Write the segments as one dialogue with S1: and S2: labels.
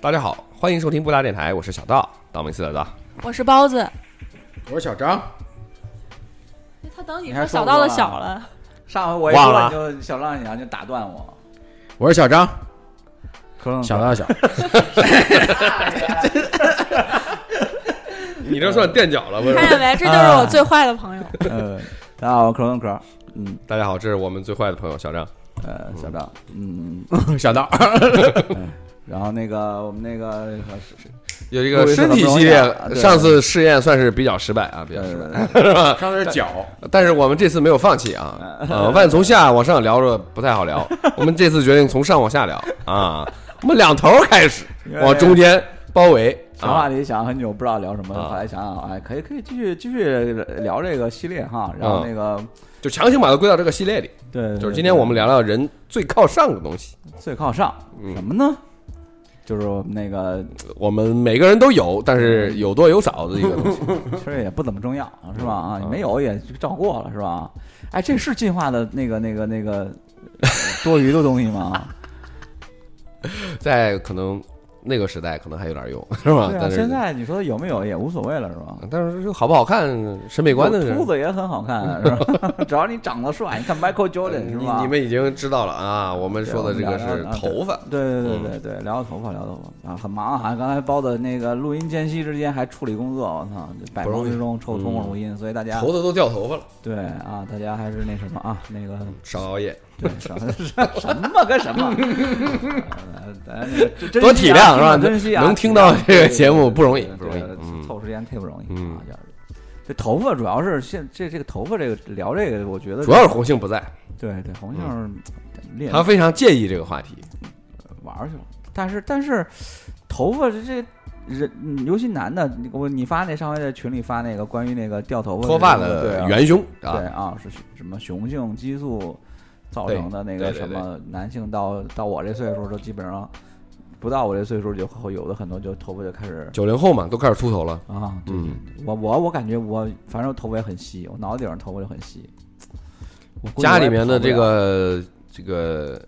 S1: 大家好，欢迎收听布达电台，我是小道，道明寺的道。
S2: 我是包子。
S3: 我是小张，
S2: 哎他等你
S4: 你还
S2: 说
S4: 说
S2: 小到
S4: 过
S2: 了
S4: 了
S2: 小了，
S4: 上回我一说
S1: 忘了
S4: 你就小浪你然后就打断我，
S3: 我是小张，
S4: 可能
S3: 小 大小，
S1: 你这算垫脚了，不是？
S2: 看见没？这就是我最坏的朋友。
S4: 呃，大家好，我可能可，嗯
S1: 大家好，这是我们最坏的朋友小张。
S4: 呃小张，嗯，
S3: 小道
S4: 然后那个我们那 个是是
S1: 有一个
S4: 路易斯
S1: 身体系
S4: 很不容易啊
S1: 列，
S4: 对
S1: 上次试验算是比较失败啊，比较失败。
S4: 呃
S3: 上面是 脚，
S1: 但是我们这次没有放弃啊，呃，万从下往上聊着不太好 聊，我们这次决定从上往下聊 啊，我们两头开始，往中间包围
S4: 想话
S1: 哎啊，
S4: 题想了很久，不知道聊什么，
S1: 啊
S4: 后来想想，哎，可以可以继续继续聊这个系列哈，然后那个
S1: 就强行把它归到这个系列里。
S4: 对，
S1: 就是今天我们聊聊人最靠上的东西，
S4: 最靠上
S1: 嗯
S4: 什么呢？就是我们那个
S1: 我们每个人都有，但是有多有少的一个东西。
S4: 其实也不怎么重要，是吧？啊
S1: 嗯，
S4: 没有也就照过了，是吧？哎，这是进化的那个、那个、那个呃多余的东西吗？
S1: 在可能那个时代可能还有点用， 是吧？
S4: 对啊，
S1: 但是
S4: 现在你说有没有也无所谓了，是吧？
S1: 但是好不好看，审美观的
S4: 有
S1: 人
S4: 秃子也很好看，是吧？ 只要你长得帅，你看 Michael
S1: 呃
S4: Jordan
S1: 你
S4: 是吧？
S1: 你们已经知道了啊，我们说的这个是头发，
S4: 啊
S1: 嗯
S4: 对对对对对，聊聊头发，聊头发啊，很忙啊！刚才包的那个录音间隙之间还处理工作，我操，这百
S1: 不容
S4: 忙
S1: 易嗯
S4: 之中抽空录音，所以大家
S1: 头发都掉头发了，
S4: 对啊，大家还是那什么啊，那个
S1: 少熬夜，
S4: 对，什么什么跟什么，呃咱那个珍珍惜啊
S1: 多体谅是吧
S4: 珍惜啊，
S1: 能听到这个节目不容易
S4: 对对
S1: 不容易
S4: 对对
S1: 嗯
S4: 凑时间忒不容易
S1: 嗯
S4: 啊，就是。这头发主要是现这这个头发这个聊这个，我觉得
S1: 主要是红杏不在，
S4: 对对红杏练
S1: 他非常介意这个话题。
S4: 玩儿去了，但是但是头发这这人，嗯尤其男的，你我你发那上回在群里发那个关于那个掉头发
S1: 脱发
S4: 的
S1: 的
S4: 对啊
S1: 元凶
S4: 对
S1: 啊，
S4: 啊，是什么雄性激素造成的那
S1: 对
S4: 个
S1: 对
S4: 什
S1: 对
S4: 么？男性到到我这岁数都基本上不到我这岁数就会有的很多就头发就开始
S1: 九零后嘛，都开始秃头了。
S4: 啊，对
S1: 嗯，
S4: 我我我感觉我反正我头发也很稀，我脑袋顶上头发就很稀。我估计
S1: 家
S4: 我
S1: 里
S4: 也
S1: 面的
S4: 跑不
S1: 这
S4: 了
S1: 个这个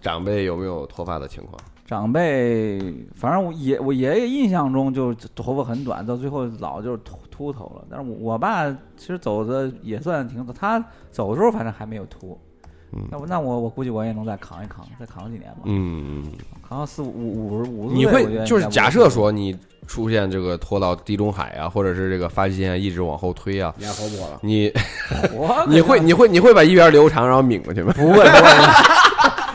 S1: 长辈有没有脱发的情况？
S4: 长辈，反正我爷我爷爷印象中就头发很短，到最后老就是秃秃头了。但是我我爸其实走的也算挺早，他走的时候反正还没有秃。
S1: 嗯
S4: 那我那我我估计我也能再扛一扛，再扛几年吧，
S1: 嗯，
S4: 扛到四五五五十五十岁。
S1: 你
S4: 我觉
S1: 会
S4: 得
S1: 就是
S4: 应该不会
S1: 假设说你出现这个拖到地中海啊，或者是这个发际线一直往后推啊，
S3: 你还活不活了？
S1: 你
S4: 我
S1: 你会你会你会把一边留长然后抿过去吗？
S4: 不会不会？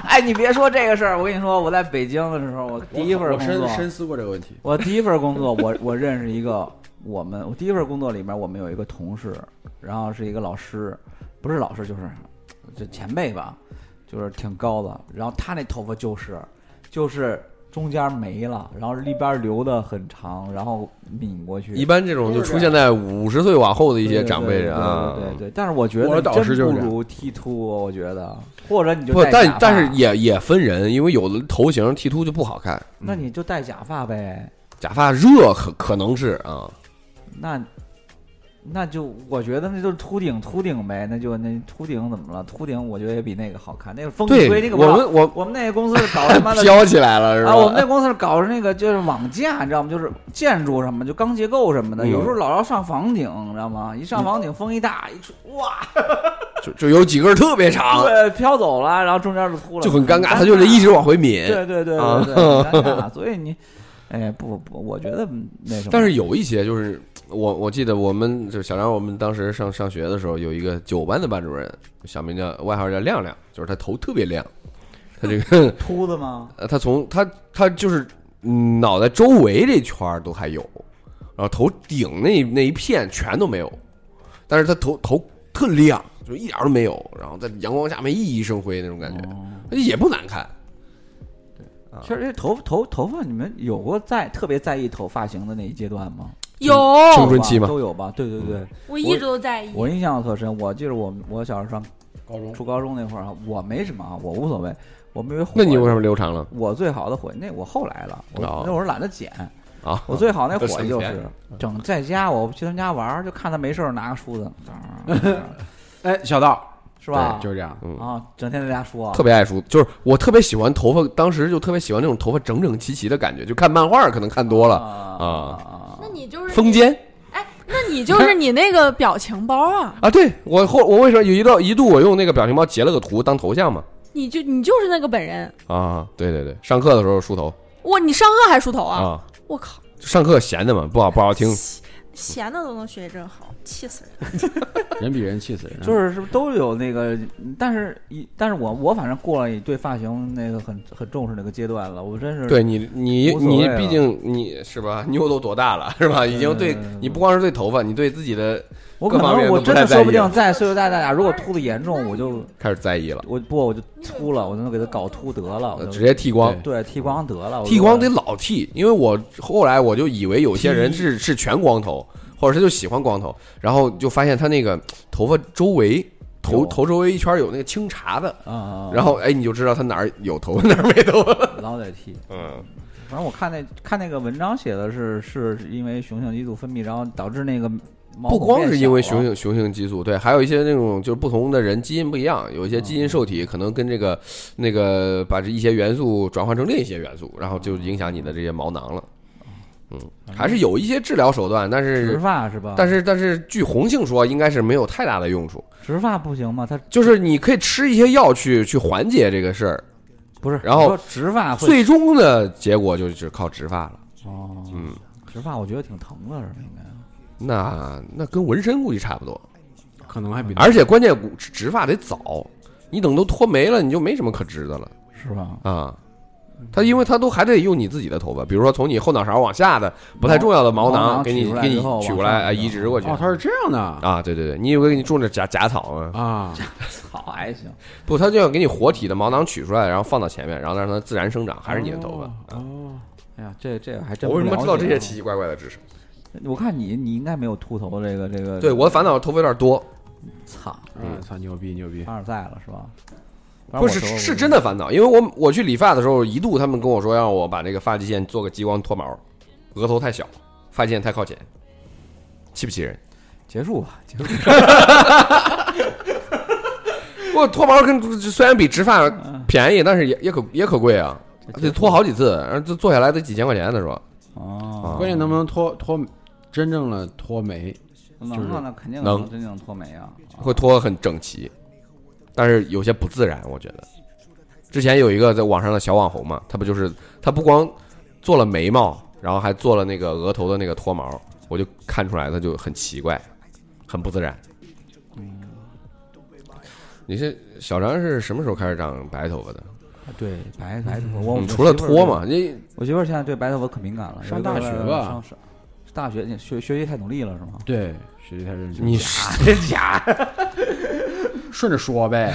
S4: 哎，你别说这个事儿，我跟你说，我在北京的时候，我第一份
S3: 我
S4: 工作
S3: 深，深思过这个问题，
S4: 我第一份工作，我我认识一个，我们我第一份工作里面，我们有一个同事，然后是一个老师，不是老师就是就前辈吧，就是挺高的，然后他那头发就是就是中间没了，然后一边留的很长，然后抿过去。
S1: 一般这种就出现在五十岁往后的
S4: 对
S1: 一些长辈
S4: 对
S1: 人啊
S4: 对，对对对但是我觉
S3: 我
S4: 得
S3: 的导师
S4: 真
S3: 就是
S4: 不
S3: 这样
S4: 如剃秃，我觉得，或者你就
S1: 不，
S4: 戴假
S1: 但
S4: 发
S1: 但是也也分人，因为有的头型剃秃就不好看，
S4: 那你就戴假发呗，
S1: 假发热可可能是啊，
S4: 那那就我觉得那就是秃顶秃顶呗，那就那秃顶怎么了？秃顶我觉得也比那个好看，那个风
S1: 对
S4: 吹那，个不
S1: 我
S4: 知道
S1: 们我
S4: 我们那个公司是搞他妈的。
S1: 飘起来了是吧？
S4: 啊，我们那公司是搞那个就是网架，你知道吗？就是建筑什么，就钢结构什么的，
S1: 嗯
S4: 有时候老要上房顶，你知道吗？一上房顶，风一大，一吹，哇，
S1: 就就有几根儿特别长，
S4: 对，飘走了，然后中间就秃
S1: 啊
S4: 了，
S1: 就很尴尬，他就得一直往回抿。
S4: 对对对
S1: 啊
S4: 对对，很尴 尬。所以你，哎，不不，我觉得那什么，
S1: 但是有一些就是我我记得我们就小张，我们当时上上学的时候有一个九班的班主任，小名叫外号叫亮亮，就是他头特别亮，他这 个
S4: 秃子吗？
S1: 呃他从他他就是嗯脑袋周围这圈儿都还有，然后头顶那那一片全都没有，但是他头头特亮，就一点儿都没有，然后在阳光下面熠熠生辉那种感觉，也不难看。
S3: 啊
S4: 其实这头头头发，你们有过在特别在意头发型的那一阶段吗？
S1: 青
S2: 有，
S1: 春期嘛嗯
S4: 都有吧？对对对，
S2: 我一直都在意。
S4: 我印象特深。我记得我我小时候上
S3: 高中
S4: 初高中那会儿啊，我没什么啊，我无所谓，我们以为火
S1: 那你为什么留长了
S4: 我最好的伙计，那我后来了，我
S1: 哦
S4: 那会儿懒得剪，
S1: 啊？
S4: 我最好那伙计
S1: 省
S4: 就
S1: 钱
S4: 是整在家，我去他们家玩儿，就看他没事儿拿个 梳子，嗯
S3: 哎，小道
S4: 是吧？
S3: 就是这样。
S1: 嗯
S4: 啊，整天在家说，
S1: 特别爱梳，就是我特别喜欢头发，当时就特别喜欢那种头发整整齐齐的感觉，就看漫画可能看多了，
S4: 啊
S2: 那你就是
S1: 风，间
S2: 哎，那你就是你那个表情包啊，
S1: 啊，对我后我为什么有一度一度我用那个表情包截了个图当头像嘛？
S2: 你就你就是那个本人。
S1: 啊，对对对，上课的时候梳头
S2: 哇，你上课还梳头啊？
S1: 啊，
S2: 我靠，
S1: 上课闲的嘛，不好不好听，
S2: 闲的都能学真好，气死人！
S3: 人比人气死
S1: 嗯
S3: 人，
S4: 就是是不是都有那个，但是一但是我我反正过了对发型那个很很重视那个阶段了，我真是
S1: 对你，你
S4: 无所
S1: 你
S4: 谓，啊
S1: 毕竟你是吧？妞都多大了是吧？已经对
S4: 嗯
S1: 你不光是对头发，你对自己的
S4: 我可
S1: 各方面
S4: 能
S1: 都
S4: 我
S1: 不
S4: 真
S1: 太
S4: 的
S1: 在
S4: 说不
S1: 意了啊
S4: 定再岁数大点儿，如果秃的严重，我就
S1: 开始在意了，
S4: 我不我就秃了，我就能给他搞秃得了，我
S1: 呃
S4: 就
S1: 直接剃光。
S4: 对剃光得了，我
S1: 剃光
S4: 就嗯
S1: 得老剃，因为我后来我就以为有些人是是全光头，或者他就喜欢光头，然后就发现他那个头发周围头
S4: 有
S1: 头周围一圈有那个清茶的，
S4: 啊啊，
S1: 然后哎你就知道他哪儿有头发哪 儿没头发。
S4: 后老得剃。
S1: 嗯，
S4: 反正我看那看那个文章写的是是因为雄性激素分泌，然后导致那个毛
S1: 不
S4: 孔
S1: 光
S4: 变
S1: 是
S4: 小啊
S1: 因为
S4: 了
S1: 雄性雄性激素，对，还有一些那种就是不同的人基因不一样，有一
S4: 啊
S1: 些基因受体可能跟这个那个把这一些元素转换成另一些元素，然后就影响你的这些毛囊了。嗯，还是有一些治疗手段，但
S4: 植
S1: 是
S4: 发是吧？
S1: 但是但是据红杏说，应该是没有太大的用处。
S4: 植发不行吗？它
S1: 就是你可以吃一些药去去缓解这个事儿，
S4: 不是，
S1: 然后
S4: 你说植发啊会
S1: 最终的结果就是靠植发了。
S4: 哦，
S1: 嗯，
S4: 植发我觉得挺疼的，是吧？应该
S1: 那那跟纹身估计差不多，
S3: 可啊能还比
S1: 而且关键植植发得早，你等都脱没了，你就没什么可植的了
S4: 是 吧？
S1: 啊。
S4: 嗯
S1: 它因为它都还得用你自己的头发，比如说从你后脑勺往下的不太重要的毛
S4: 毛
S1: 囊
S4: 囊
S1: 给你
S4: 取出来
S1: 给你
S4: 之后
S1: 取
S4: 往
S1: 过
S4: 上
S1: 来啊
S4: 移
S1: 移植过去
S3: 哦，他是这样的
S1: 啊，对对对，你以为给你种着假假草吗？
S3: 啊，
S4: 好还行，
S1: 不，它就要给你活体的毛囊取出来，然后放到前面，然后让它自然生长，还是你的头发。
S3: 发哦，
S4: 哎呀，这这还真
S1: 我为什么
S4: 不了
S1: 知道
S4: 解
S1: 这些
S4: 啊
S1: 奇奇怪怪的知识？
S4: 我看你你应该没有秃头这个这个，
S1: 对我的烦恼头发有点多，
S4: 操，
S3: 嗯，操，牛逼牛逼，
S4: 凡尔赛了是吧？
S1: 不是是是真的烦恼，因为我我去理发的时候，一度他们跟我说让我把这个发际线做个激光脱毛，额头太小，发际线太靠前，气不气人？
S4: 结束吧，结束吧。
S1: 我脱毛跟虽然比植发
S4: 嗯
S1: 便宜，但是也也可也可贵啊，得脱好几次，然后就做下来得几千块钱的说，
S4: 哦，
S3: 关键能不能脱脱真正的脱眉？
S4: 能啊，那肯定
S1: 能
S4: 真正脱眉啊。啊
S1: 会脱得很整齐，但是有些不自然，我觉得。之前有一个在网上的小网红嘛，他不就是他不光做了眉毛，然后还做了那个额头的那个脱毛，我就看出来他就很奇怪，很不自然。你是小张是什么时候开始长白头发的？
S4: 对白白头发，我
S1: 嗯
S4: 我
S1: 除了
S4: 媳妇儿
S1: 脱嘛，你
S4: 我媳妇儿现在对白头发可敏感了，
S3: 上
S4: 有一个
S3: 大学吧
S4: 上上大学学学习太努力了是吗？
S3: 对，学习太认真，
S1: 你
S3: 真假？顺着说呗，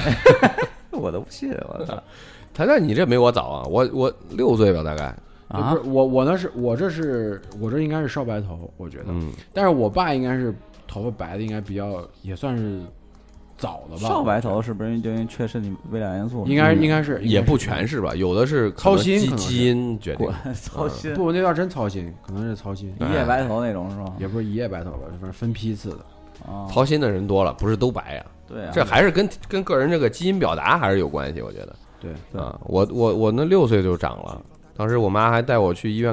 S4: 我都不信，我操！
S1: 他那你这没我早啊，我我六岁吧大概，
S4: 啊
S3: 不是我我那是我这是我这应该是少白头，我觉得，
S1: 嗯，
S3: 但是我爸应该是头发白的，应该比较也算是早的吧，
S4: 少白头是不是就因为缺身体微量元素？
S3: 应该应该是
S1: 也不全是吧，有的是可
S3: 操
S1: 能
S3: 心
S1: 基
S3: 可能是
S1: 基因决定
S4: 我。操心，
S3: 不，我那段真操心，可能是操心，
S4: 一
S1: 哎
S4: 夜白头那种是吗？
S3: 也不是一夜白头吧，反正分批次的。
S4: 啊，
S1: 操心的人多了，不是都白呀、
S4: 对啊，
S1: 这还是跟跟个人这个基因表达还是有关系，我觉得
S3: 对，
S1: 啊，我我我那六岁就长了，当时我妈还带我去医院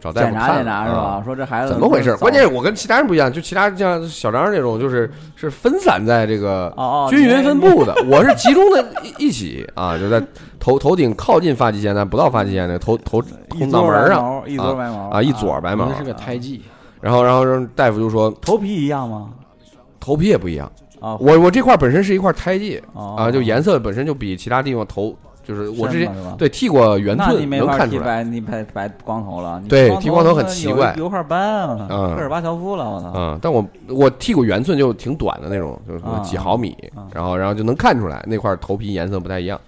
S1: 找大夫
S4: 检查
S1: 看
S4: 检查是
S1: 啊
S4: 吧？说这孩子
S1: 怎么回事？
S4: 早
S1: 关键是我跟其他人不一样，就其他像小张这种，就是是分散在这个
S4: 哦哦
S1: 均匀分布的，我是集中的一一起啊，就在头头顶靠近发际线，但不到发际线那个头头
S4: 一
S1: 空脑
S4: 撮
S1: 门
S4: 白
S1: 儿上
S4: 毛一撮白毛
S1: 啊，一撮白毛
S3: 那，是个胎记，
S1: 然后然后让大夫就说
S4: 头皮一样吗？
S1: 头皮也不一样，
S4: 啊
S1: 我我这块本身是一块胎记，
S4: 哦
S1: 啊，就颜色本身就比其他地方头就是我之
S4: 深了是
S1: 前
S4: 吧
S1: 对剃过圆
S4: 那你
S1: 寸
S4: 没
S1: 能
S4: 法
S1: 看
S4: 剃
S1: 出来
S4: 白，你白白光头了。你
S1: 对
S4: 光
S1: 剃光头很
S4: 那有
S1: 奇怪
S4: 一油画斑啊，
S1: 嗯
S4: 戈尔巴乔夫了，我操！
S1: 啊、但我我剃过圆寸就挺短的那种，就是
S4: 啊
S1: 几毫米，
S4: 啊
S1: 然后然后就能看出来那块头皮颜色不太一样。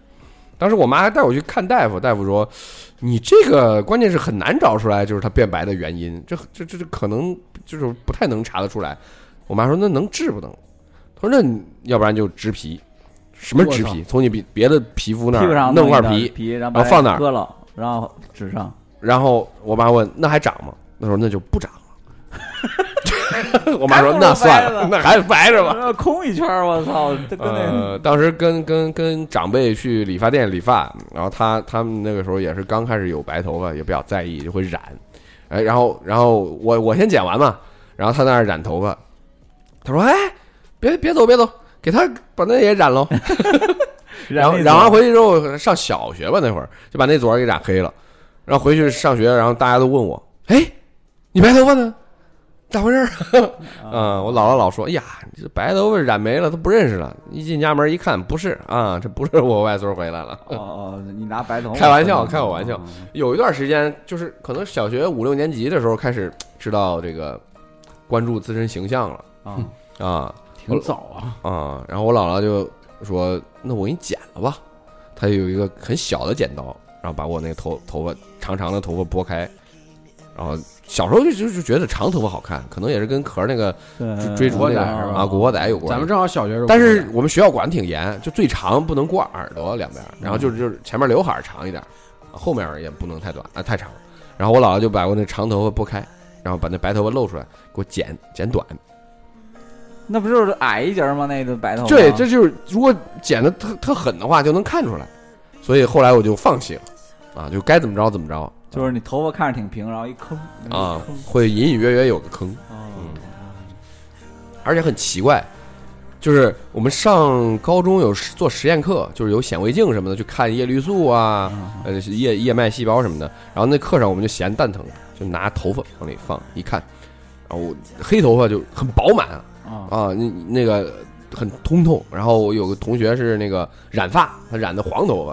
S1: 当时我妈还带我去看大夫，大夫说你这个关键是很难找出来，就是它变白的原因，这这这这可能就是不太能查得出来。我妈说那能治不能？她说那你要不然就植皮，什么植
S3: 我
S1: 皮？从你别别的皮肤那
S4: 屁股
S1: 儿
S4: 上
S1: 弄
S4: 一
S1: 块
S4: 张
S1: 皮，
S4: 皮，
S1: 然
S4: 然后把
S1: 后放那儿
S4: 割了，然后纸上。
S1: 然后我妈问：“那还长吗？”那时候那就不 长了。我妈说
S4: 还不：“如
S1: 那算
S4: 掰
S1: 了
S4: 了，
S1: 那还 是白 着吧。
S4: 呃空一圈儿，我操，这”跟那个
S1: 呃，当时跟跟跟长辈去理发店理发，然后他他们那个时候也是刚开始有白头发，也比较在意，就会染。哎，然后然后我我先剪完嘛，然后他在那儿染头发，他说：“哎，别别走别走，给他把那也染喽。” 然后
S4: 染
S1: 染完
S4: 那种
S1: 回去之后上小学吧，那会儿就把那撮儿给染黑了，然后回去上学，然后大家都问我，哎，你白头发呢？咋回事儿？ 嗯，我姥姥老说，哎呀，你这白头发染没了，都不认识了。一进家门一看，不是啊，这不是我外孙回来了。
S4: 哦哦，你拿白头发
S1: 开玩笑
S4: 说的
S1: 开我玩笑
S4: 嗯
S1: 有一段时间，就是可能小学五六年级的时候开始知道这个关注自身形象了
S4: 啊，
S1: 啊，
S3: 挺早啊，
S1: 啊、然后我姥姥就说：“那我给你剪了吧。”她有一个很小的剪刀，然后把我那个头头发长长的头发拨开。然后小时候就就就觉得长头发好看，可能也是跟壳儿那个追
S4: 对
S1: 追逐那
S3: 古惑
S1: 个
S3: 仔是吧
S1: 啊古惑仔有关。
S3: 咱们正好小学时候，
S1: 但是我们学校管得挺严，就最长不能过耳朵两边儿，然后就是就是前面刘海儿长一点儿，后面儿也不能太短啊太长。然后我姥姥就把我那长头发拨开，然后把那白头发露出来，给我剪剪短。
S4: 那不就是矮一截儿吗？那个白头发，
S1: 对，这就是如果剪的特特狠的话，就能看出来。所以后来我就放弃了，啊，就该怎么着怎么着，
S4: 就是你头发看着挺平，然后一坑
S1: 啊，会隐隐约约有个坑，
S4: 嗯，
S1: 而且很奇怪，就是我们上高中有实做实验课，就是有显微镜什么的去看叶绿素啊，
S4: 嗯
S1: 呃，叶叶脉细胞什么的。然后那课上我们就嫌蛋疼，就拿头发往里放，一看，然后我黑头发就很饱满啊，
S4: 啊
S1: 啊，那那个很通透。然后我有个同学是那个染发，他染的黄头发，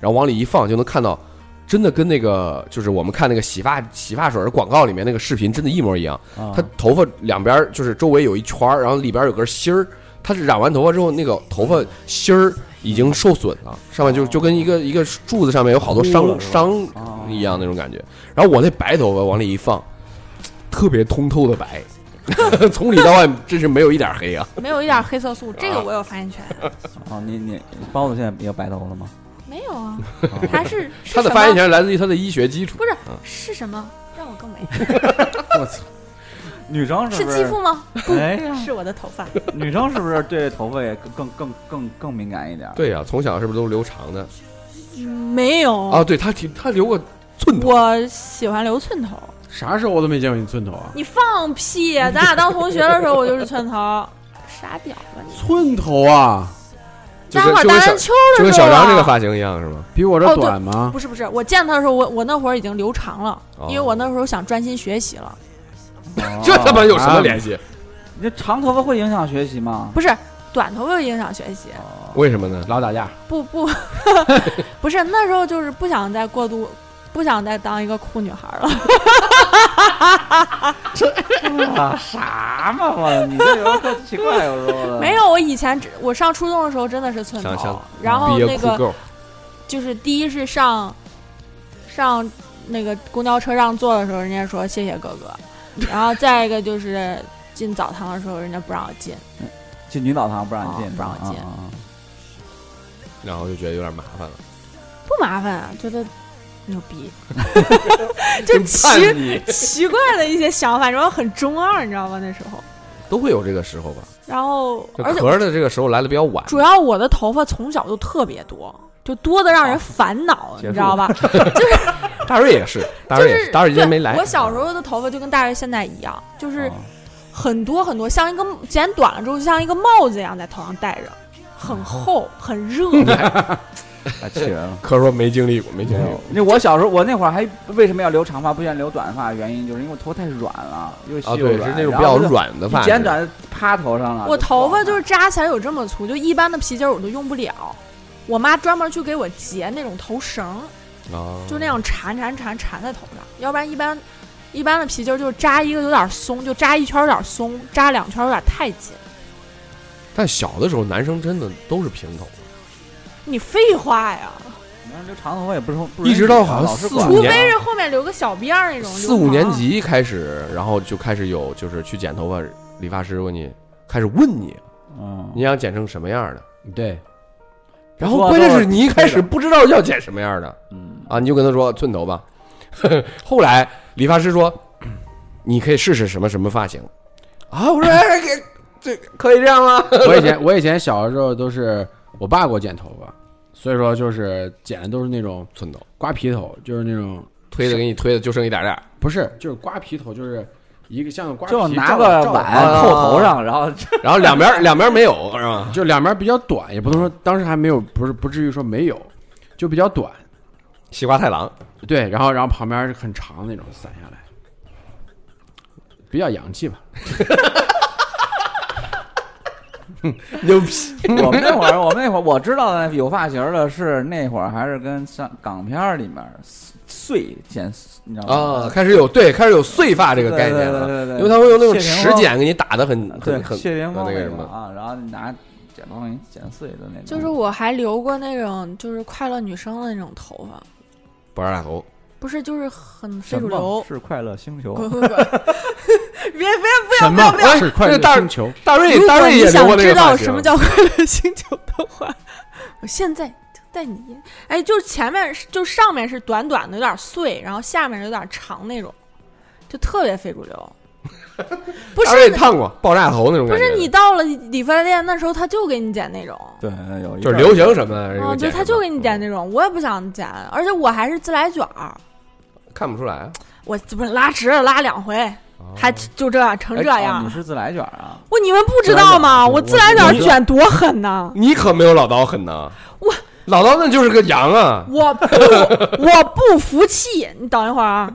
S1: 然后往里一放就能看到，真的跟那个就是我们看那个洗发洗发水的广告里面那个视频真的一模一样。
S4: 啊，
S1: 他头发两边儿就是周围有一圈儿，然后里边儿有根芯儿。他是染完头发之后，那个头发芯儿已经受损
S2: 啊
S1: 了，上面就就跟一个一个柱子上面有好多
S3: 秃
S1: 伤
S3: 了是吧
S1: 伤一样那种感觉。然后我那白头发往里一放，特别通透的 白，从里到外真是没有一点黑啊。
S2: 没有一点黑色素，这个我有发言权。啊
S4: 哦，你你包子现在也白头了吗？
S2: 没有啊，
S4: 啊
S2: 他是是
S1: 他的
S2: 什
S1: 发言
S2: 么
S1: 权来自于他的医学基础
S2: 不。是是什么让我更美？
S3: 我操，
S4: 女生
S2: 是
S4: 不
S2: 肌
S4: 是？
S2: 肤吗？
S4: 哎呀，
S2: 是我的头发。
S4: 女生是不是对头发也更更更更更敏感一点？
S1: 对呀、从小是不是都留长的
S2: 嗯没有
S1: 啊？，对他挺他留过寸头，
S2: 我喜欢留寸头。
S3: 啥时候我都没见过你寸头啊，
S2: 你放屁！咱俩当同学的时候，我就是寸头， 傻屌吧你！
S3: 寸头啊，
S1: 就
S2: 待
S1: 是
S2: 会儿
S1: 就
S2: 打
S1: 跟小
S2: 篮球
S1: 就
S2: 的
S1: 跟
S2: 时
S1: 小
S2: 啊候，
S1: 张这个发型一样是吗？
S3: 比我这
S2: 哦对
S3: 短吗？
S2: 不是不是，我见他的时候，我我那会儿已经留长了，
S1: 哦
S2: 因为我那时候想专心学习了。
S4: 哦
S1: 这他妈有什
S2: 啊
S1: 么联系？
S4: 你这长头发会影响学习吗？
S2: 不是短头发影响学习，
S4: 哦
S1: 为什么呢？
S3: 老打架，
S2: 不 不， 不是那时候就是不想再过度，不想再当一个酷女孩了。
S4: 啊啥嘛我，你这有点特奇怪，有时候的
S2: 没有，我以前只我上初中的时候真的是寸
S1: 嗯想想嗯
S2: 头，然后
S1: 毕业
S2: 那
S1: 酷
S2: 个
S1: 够，
S2: 就是第一是上上那个公交车让座的时候，人家说谢谢哥 哥，然后再一个就是进澡堂的时候，人家不让我进，
S4: 进女澡堂不让你
S2: 哦
S4: 进，
S2: 不让进
S4: 啊啊啊
S1: 然后就觉得有点麻烦了。
S2: 不麻烦啊，觉得牛逼， 就
S1: 叛
S2: 奇
S1: 逆
S2: 奇怪的一些想法，然后很中二，你知道吗？那时候，
S1: 都会有这个时候吧？
S2: 然后
S1: 这
S2: 而且
S1: 壳儿的这个时候来的比较晚，
S2: 主要我的头发从小就特别多。就多的让
S1: 啊
S2: 人烦恼，
S4: 结束
S2: 你知道吧？
S1: 大瑞也是，大
S2: 就
S1: 瑞也是，
S2: 是
S1: 大瑞今天没
S2: 对
S1: 来。哦
S2: 我小时候的头发就跟大瑞现在一样，就是
S4: 啊
S2: 很多很多，像一个剪短了之后，就像一个帽子一样在头上戴着，
S1: 嗯
S2: 很厚，很热。
S4: 太气人了。
S1: 壳说没经历过，没经
S4: 没
S1: 历
S4: 有
S1: 过。，
S4: 那我小时候，我那会儿还为什么要留长发，不愿意留短发？原因就是因为我头太软了，又细
S1: 啊，
S4: 又
S1: 对，
S4: 软，
S1: 是那种
S4: 然
S1: 比较
S4: 后就
S1: 软的发
S4: 一
S1: 质，
S4: 剪短趴头上了。
S2: 我头发就是
S4: 是
S2: 扎起来有这么粗，就一般的皮筋儿我都用不了。我妈专门去给我结那种头绳，
S1: 啊，
S2: 就那样缠缠缠缠在头上，要不然一般一般的皮筋儿就是扎一个有点松，就扎一圈儿有点松，扎两圈儿有点太紧。
S1: 但小的时候，男生真的都是平头，
S2: 你废话呀，
S4: 留长头发也不是不
S1: 一直到好像
S4: 老师
S1: 四
S4: 管啊
S1: 五
S2: 除
S1: 年
S2: 非是后面留个小辫儿那种。
S1: 啊四五年，级开始，然后就开始有就是去剪头发，理发师问你，开始问你，
S4: 嗯，
S1: 你想剪成什么样的？
S3: 对，
S1: 然后
S4: 说
S1: 关键
S4: 都
S1: 是你一开始
S4: 黑的
S1: 不知道要剪什么样的
S4: 嗯，
S1: 啊，你就跟他说寸头吧。 后来理发师说，你可以试试什么什么发型啊。我说哎，给这可以这样吗？
S3: 我以前我以前小的时候都是我爸给我剪头发，所以说就是剪的都是那种
S1: 寸头
S3: 瓜皮头，就是那种
S1: 推的给你推的就剩一点点儿，
S3: 不是就是瓜皮头，就是一个像个瓜皮
S4: 就
S3: 罩
S4: 拿个
S3: 罩
S4: 碗
S1: 啊
S4: 扣头上，然后
S1: 然后两边儿两边儿没有是吧？
S3: 就两边比较短，也不能说当时还没有，不是不至于说没有，就比较短。
S1: 西瓜太郎
S3: 对，然后然后旁边是很长的那种散下来，比较洋气吧。
S1: 牛皮，
S4: 我们那会儿，我们那会儿我知道的有发型的是那会儿还是跟像港片儿里面儿碎剪，你知道吗？
S1: 啊，开始有对，开始有碎发这个概念了，
S4: 对对对对对
S1: 因为他会用那种
S4: 谢霆
S1: 齿
S4: 锋
S1: 剪给你打的很很
S4: 对，
S1: 很
S4: 谢霆锋
S1: 很那个什
S4: 种
S1: 么，
S4: 啊，然后你拿剪刀给你剪碎的那种，
S2: 就是我还留过那种就是快乐女生的那种头发，
S1: 不让大头，
S2: 不是就是很非
S4: 什
S2: 主
S4: 么
S2: 流。
S4: 是快乐星 球，
S2: 滚滚滚！别别！
S3: 什么
S1: 哎
S3: 是快
S1: 这
S3: 乐
S1: 个大
S3: 星球？
S1: 大瑞
S2: 如
S1: 大
S2: 果
S1: 瑞
S2: 你
S1: 也留过
S2: 想
S1: 那
S2: 知
S1: 个发
S2: 道
S1: 型
S2: 什么叫快乐星球的话，我现在就带你。哎，就是前面是就上面是短短的，有点碎，然后下面有点长那种，就特别非主流。不
S1: 大瑞
S2: 是
S1: 烫过爆炸头那种
S2: 不
S1: 感觉的，
S2: 是，你到了理发店那时候，他就给你剪那种。
S4: 对，有一
S1: 就是
S4: 阵儿
S1: 流行什么的，
S2: 嗯，
S1: 这
S2: 对，
S1: 个
S2: 他就给你剪
S1: 嗯
S2: 那种，我也不想剪，而且我还是自来卷儿，
S1: 看不出来啊，
S2: 我这不是拉直了拉两回，
S1: 哦
S2: 还就这样成这
S4: 哎
S2: 样
S4: 哦你。是自来卷儿啊？
S2: 我你们不知道吗？
S3: 我
S2: 我自来卷
S3: 我
S2: 儿
S3: 知道
S2: 卷多狠 呐！
S1: 你可没有老刀狠呐！
S2: 我
S1: 老刀那就是个羊啊，
S2: 我不我不服气，你等一会儿啊！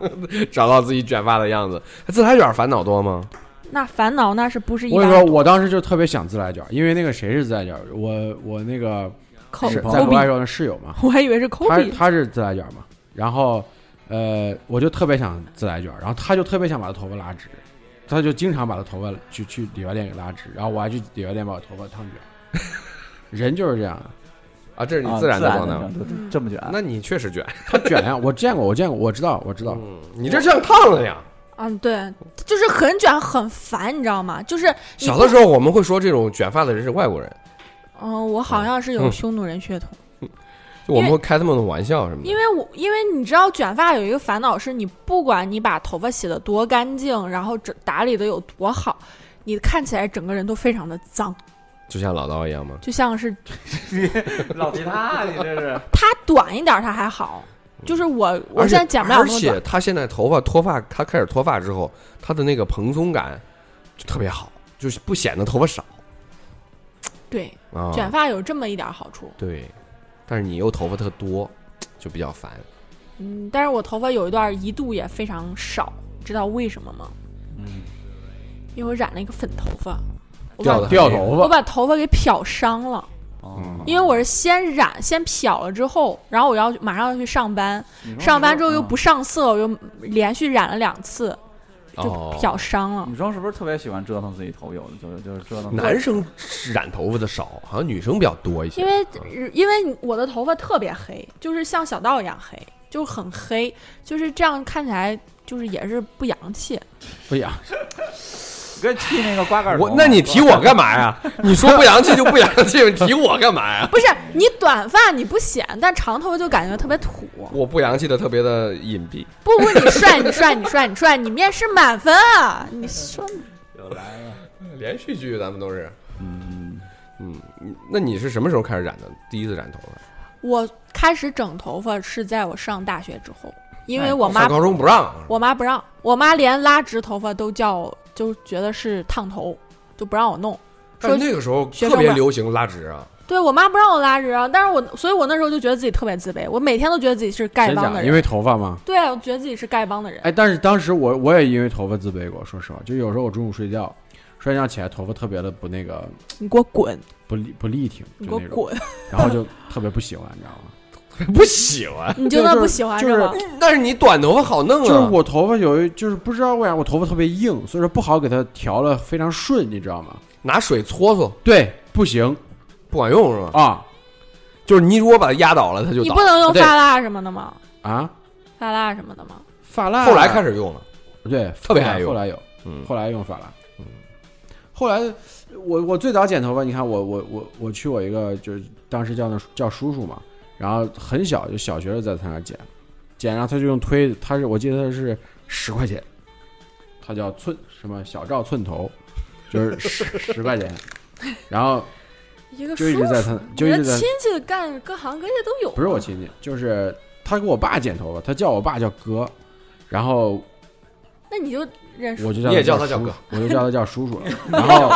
S1: 找到自己卷发的样子。自来卷烦恼多吗？
S2: 那烦恼那是不是一
S3: 我跟
S2: 般
S3: 你说，我当时就特别想自来卷，因为那个谁是自来卷？我我那个
S2: 抠
S4: 是
S3: 是在
S2: 抠
S3: 国
S2: 鼻
S3: 外时？候的室友嘛，
S2: 我还以为是抠
S3: 他
S2: 鼻。
S3: 他是自来卷嘛，然后呃，我就特别想自来卷，然后他就特别想把他头发拉直，他就经常把他头发去去理发店给拉直，然后我还去理发店把我头发烫卷。人就是这样，
S1: 啊，这是你
S4: 啊
S1: 自然的状态
S4: 那
S1: 吗。
S4: 种，就
S2: 嗯
S4: 这么卷，
S1: 那你确实卷，
S3: 他卷呀，我见过，我见过，我知道，我知道，
S1: 嗯，你这像烫了呀。
S2: 嗯，对，就是很卷很烦，你知道吗？就是你
S1: 小
S2: 不
S1: 的时候我们会说这种卷发的人是外国人，
S2: 嗯，我好像是有匈奴人血统，
S1: 就我们会开他们的玩笑什么的。
S2: 因为我因为你知道卷发有一个烦恼是，你不管你把头发洗得多干净，然后整打理得有多好，你看起来整个人都非常的脏，
S1: 就像老刀一样吗？
S2: 就像是
S4: 老吉
S1: 啊
S4: 他，你这是
S2: 它短一点儿它还好，就是我我
S1: 嗯而且
S2: 现在剪不了
S1: 而
S2: 那么短
S1: 且，他现在头发脱发，他开始脱发之后，他的那个蓬松感就特别好，就是不显得头发少
S2: 对，
S1: 啊。
S2: 卷发有这么一点儿好处。
S1: 对，但是你又头发特多，就比较烦。
S2: 嗯，但是我头发有一段儿一度也非常少，知道为什么吗？
S4: 嗯，
S2: 因为我染了一个粉头发，我
S1: 掉
S2: 把
S1: 的
S3: 掉头
S2: 我
S3: 发，
S2: 把头发给漂伤了，
S1: 嗯
S4: 哦
S2: 因为我是先染先漂了之后，然后我要马上要去上班，
S1: 哦
S4: 你说
S2: 上班之后又
S4: 嗯
S2: 不上色，我又连续染了两次，就
S1: 哦，
S2: 漂伤了。
S4: 女生是不是特别喜欢折腾自己头油的？就是就是折腾
S1: 男生染头发的少，好像女生比较多一些。
S2: 因为因为我的头发特别黑，就是像小道一样黑，就很黑，就是这样看起来就是也是不洋气。
S3: 不一样。
S4: 跟剃那个刮盖儿头啊
S1: 我
S4: 嘛。
S1: 那你提我干嘛呀？ 你说不洋气就不洋气，你提我干嘛呀？
S2: 不是你短发你不显，但长头发就感觉特别土。
S1: 我不洋气的特别的隐蔽。
S2: 不不，你帅，你帅，你帅，你帅，你面试满分啊！你说
S1: 连续剧咱们都是，
S4: 嗯，
S1: 嗯，那你是什么时候开始染的？第一次染头发？
S2: 我开始整头发是在我上大学之后，因为我
S1: 上
S2: 妈
S1: 高中不让，啊
S2: 我妈不让，我妈连拉直头发都叫我，就觉得是烫头，就不让我弄。
S1: 但
S2: 说
S1: 那个时候
S2: 学
S1: 特
S2: 生
S1: 别
S2: 吧
S1: 流行拉直啊。
S2: 对我妈不让我拉直啊，但是我所以，我那时候就觉得自己特别自卑，我每天都觉得自己是丐
S3: 真
S2: 帮的
S3: 假？
S2: 人，
S3: 因为头发嘛。
S2: 对啊，我觉得自己是丐帮的人。
S3: 哎，但是当时我我也因为头发自卑过，说实话，就有时候我中午睡觉，睡觉起来头发特别的不那个
S2: 你给我滚！
S3: 不立不立挺，
S2: 你给
S3: 就
S2: 我
S3: 那种，
S2: 滚！
S3: 然后就特别不喜欢，你知道 吗？
S1: 不喜欢，
S2: 你就
S3: 对
S2: 那
S3: 就是
S2: 不喜欢
S3: 就是是
S2: 吧？
S1: 但是你短头发好弄啊。
S3: 就是我头发有一就是不知道为啥我头发特别硬，所以说不好给它调了非常顺，你知道吗？
S1: 拿水搓搓
S3: 对，不行
S1: 不管用是吗？
S3: 啊
S1: 就是你如果把它压倒了，它就
S2: 你
S1: 倒
S2: 不。能用
S3: 对
S2: 发蜡什么的吗？
S3: 啊！
S2: 发蜡什么的吗？
S3: 发蜡
S1: 后来开始用了，
S3: 对，
S1: 特别
S3: 后来
S1: 爱用
S3: 后来有，
S1: 嗯，
S3: 后来用发蜡，嗯，后来我我最早剪头发，你看我我我我去我一个就是当时叫那叫叔叔嘛，然后很小就小学时候在他那儿剪，剪然后他就用推，他是我记得他是十块钱，他叫寸什么小赵寸头，就是十十块钱，然后
S2: 一个
S3: 就一直
S2: 叔
S3: 在
S2: 叔
S3: 他
S2: 我
S3: 就
S2: 觉
S3: 一
S2: 得
S3: 直在
S2: 亲戚干各行各业都有。
S3: 不是我，亲戚，就是他给我爸剪头发，他叫我爸叫哥，然后
S2: 那你就认识
S3: 我就叫
S1: 你也叫他
S3: 叫
S1: 叫哥
S3: 叔，我就叫他叫叔叔 了。然后，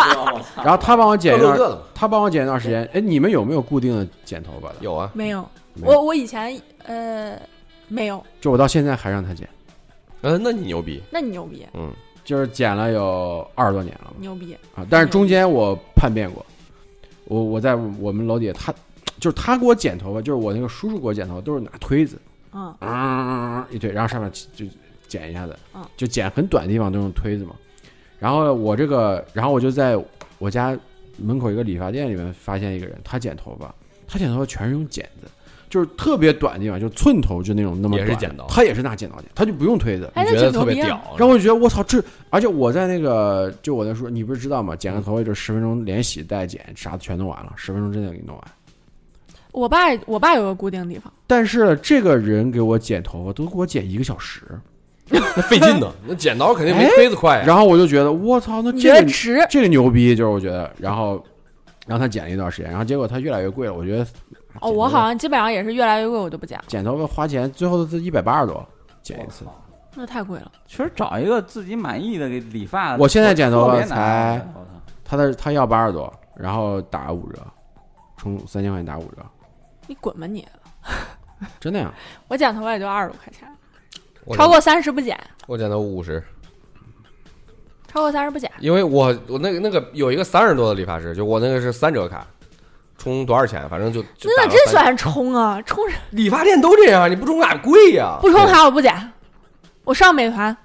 S3: 然后他帮我剪一
S1: 各乐各
S3: 段，
S1: 的嘛。
S3: 他帮我剪一段时间。哎，你们有没有固定的剪头发的？
S1: 有啊，
S2: 没有？
S3: 没有
S2: 我我以前呃没有，
S3: 就我到现在还让他剪，
S1: 嗯，那你牛逼，
S2: 那你牛逼，
S1: 嗯，
S3: 就是剪了有二十多年了吧
S2: 牛逼，
S3: 啊！但是中间我叛变过，我我在我们楼底下，他就是他给我剪头发，就是我那个叔叔给我剪头发，都是拿推子，
S2: 嗯
S3: 啊一推，然后上面就剪一下子
S2: 嗯，
S3: 就剪很短的地方都用推子嘛。然后我这个，然后我就在我家门口一个理发店里面发现一个人，他剪头发，他剪头发全是用剪子，就是特别短的地方，就寸头就那种那么
S1: 也是
S3: 短的
S1: 剪刀
S3: 他也是拿剪刀剪，他就不用推子。
S2: 哎，
S1: 你
S2: 那
S1: 觉得
S2: 挺
S1: 特
S2: 牛
S1: 别
S2: 逼啊！
S1: 屌。
S3: 然后我就觉得我操，这而且我在那个就我在说，你不是知道吗？剪个头发就十分钟，连洗带剪啥的全弄完了，十分钟之内给你弄完。
S2: 我爸我爸有个固定地方，
S3: 但是这个人给我剪头发都给我剪一个小时，
S1: 那费劲呢， 那剪刀肯定
S2: 哎
S1: 没推子快呀。
S3: 然后我就觉得我操，那
S2: 你
S3: 这
S2: 觉
S3: 个
S2: 得值？
S3: 这个牛逼，就是我觉得，然后让他剪了一段时间，然后结果他越来越贵了，我觉得
S2: 哦，我好像基本上也是越来越贵，我就不剪了，
S3: 剪头发花钱，最后是一百八十多剪一次。
S2: 那太贵了。
S4: 其实找一个自己满意的给理发，
S3: 我现在剪头发
S4: 特别难啊
S3: 才他的他要八十多，然后打五折，充三千块钱打五折，
S2: 你滚吧你！
S3: 真的呀？
S2: 我剪头发也就二十多块钱，
S1: 我剪
S2: 超过三十不剪，
S1: 我剪到五十，
S2: 超过三十不剪。
S1: 因为我我那个那个有一个三十多的理发师，就我那个是三折卡，充多少钱，反正就就
S2: 那
S1: 打到
S2: 真
S1: 三
S2: 喜欢冲啊，冲啥
S1: 理发店都这样，你不充卡贵呀，
S2: 不冲啥我不剪，我上美团，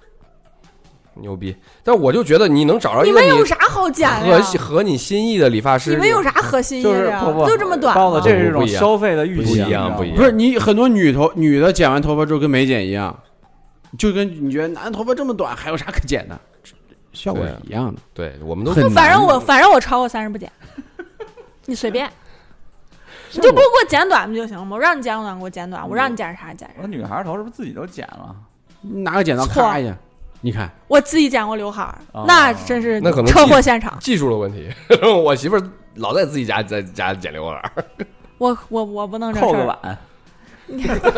S1: 牛逼。但我就觉得你能找着一个
S2: 们
S1: 你
S2: 有啥好剪的呀
S1: 合？合你心意的理发师，
S2: 你们有啥核心意义
S4: 就是
S2: 哎的呀？
S4: 不不
S2: 就这么短
S4: 包
S2: 吗
S4: 子，？这是一
S1: 不
S4: 种
S1: 一样
S4: 消费的预
S1: 不
S4: 期，
S1: 一样
S4: 你知道吗
S1: 不一样
S3: 不是你很多女头女的剪完头发之后跟没剪一样，就跟你觉得男的头发这么短还有啥可剪的，效果是一样的。
S1: 对我们都
S3: 啊很
S2: 就反正
S3: 难
S2: 我反正我超过三十不剪，你随便，你就不给我剪短不就行了吗？我让你剪短给我剪短，我让你剪啥剪
S4: 我
S2: 啥
S4: 说。女孩头是不是自己都剪了？
S3: 拿个剪刀咔一下，你看
S2: 我自己剪过刘海儿
S4: 哦，
S2: 那真是
S1: 那可能
S2: 车
S1: 技
S2: 祸现场。
S1: 技术的问题。 我媳妇儿老在自己家在家剪刘海儿，
S2: 我我我不弄这
S4: 扣
S2: 事
S4: 个
S2: 儿，
S4: 碗，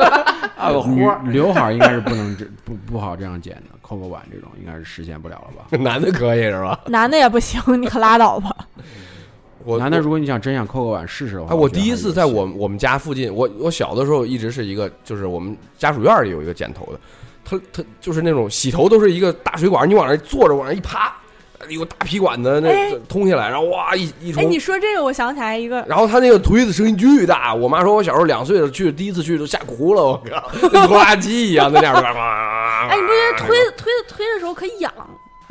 S3: 啊，个花刘海儿应该是不能这不不好这样剪的，扣个碗这种应该是实现不了了吧？
S1: 男的可以是吧？
S2: 男的也不行，你可拉倒吧。
S1: 我
S3: 男的，如果你想真想扣个碗试试的话，
S1: 哎，我
S3: 觉得
S1: 第一
S3: 还是
S1: 次
S3: 有
S1: 在
S3: 戏
S1: 我我们家附近，我我小的时候一直是一个，就是我们家属院里有一个剪头的，他他就是那种洗头都是一个大水管，你往那儿坐着往那儿一趴，有个大皮管子那
S2: 哎
S1: 这通下来，然后哇一一
S2: 哎，
S1: 冲
S2: 你。说这个，我想起来一个，
S1: 然后他那个推子声音巨大，我妈说我小时候两岁的时候去，第一次去都吓哭了，我靠，跟拖拉机一样在那边。哎
S2: 哎，你不觉得推推推的时候可以痒？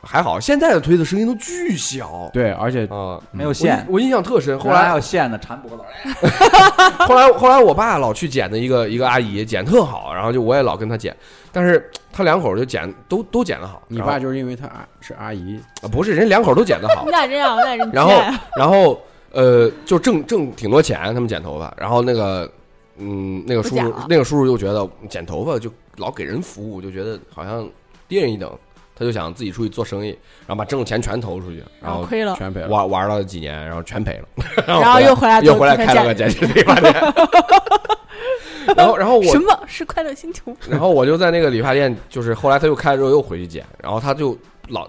S1: 还好，现在的推子声音都巨小。
S3: 对，而且
S1: 啊，
S4: 没有
S1: 我印
S4: 线。
S1: 我印象特深。后
S4: 原还
S1: 来
S4: 有线呢，缠
S2: 哦
S4: 脖子。
S1: 后来后来我爸老去剪的一个一个阿姨剪特好，然后就我也老跟她剪，但是他两口就剪都都剪得好。
S3: 你爸就是因为他阿是阿姨，
S1: 就不是人两口都剪得好
S2: 你，咋这样？我咋这
S1: 然后然后呃就挣挣挺多钱，他们剪头发，然后那个嗯那个叔
S2: 不剪
S1: 叔
S2: 了
S1: 那个叔叔就觉得剪头发就老给人服务，就觉得好像低人一等，他就想自己出去做生意，然后把挣的钱全投出去，然后
S2: 亏了，
S3: 全赔 了。
S1: 玩玩了几年，然后全赔了，
S2: 然后又回来
S1: 又回来
S2: 做
S1: 开了个
S2: 做
S1: 剪纸理发 店， 然后然后
S2: 什
S1: 我
S2: 么是快乐星球？
S1: 然后我就在那个理发店，就是后来他又开了之后又回去剪，然后他就老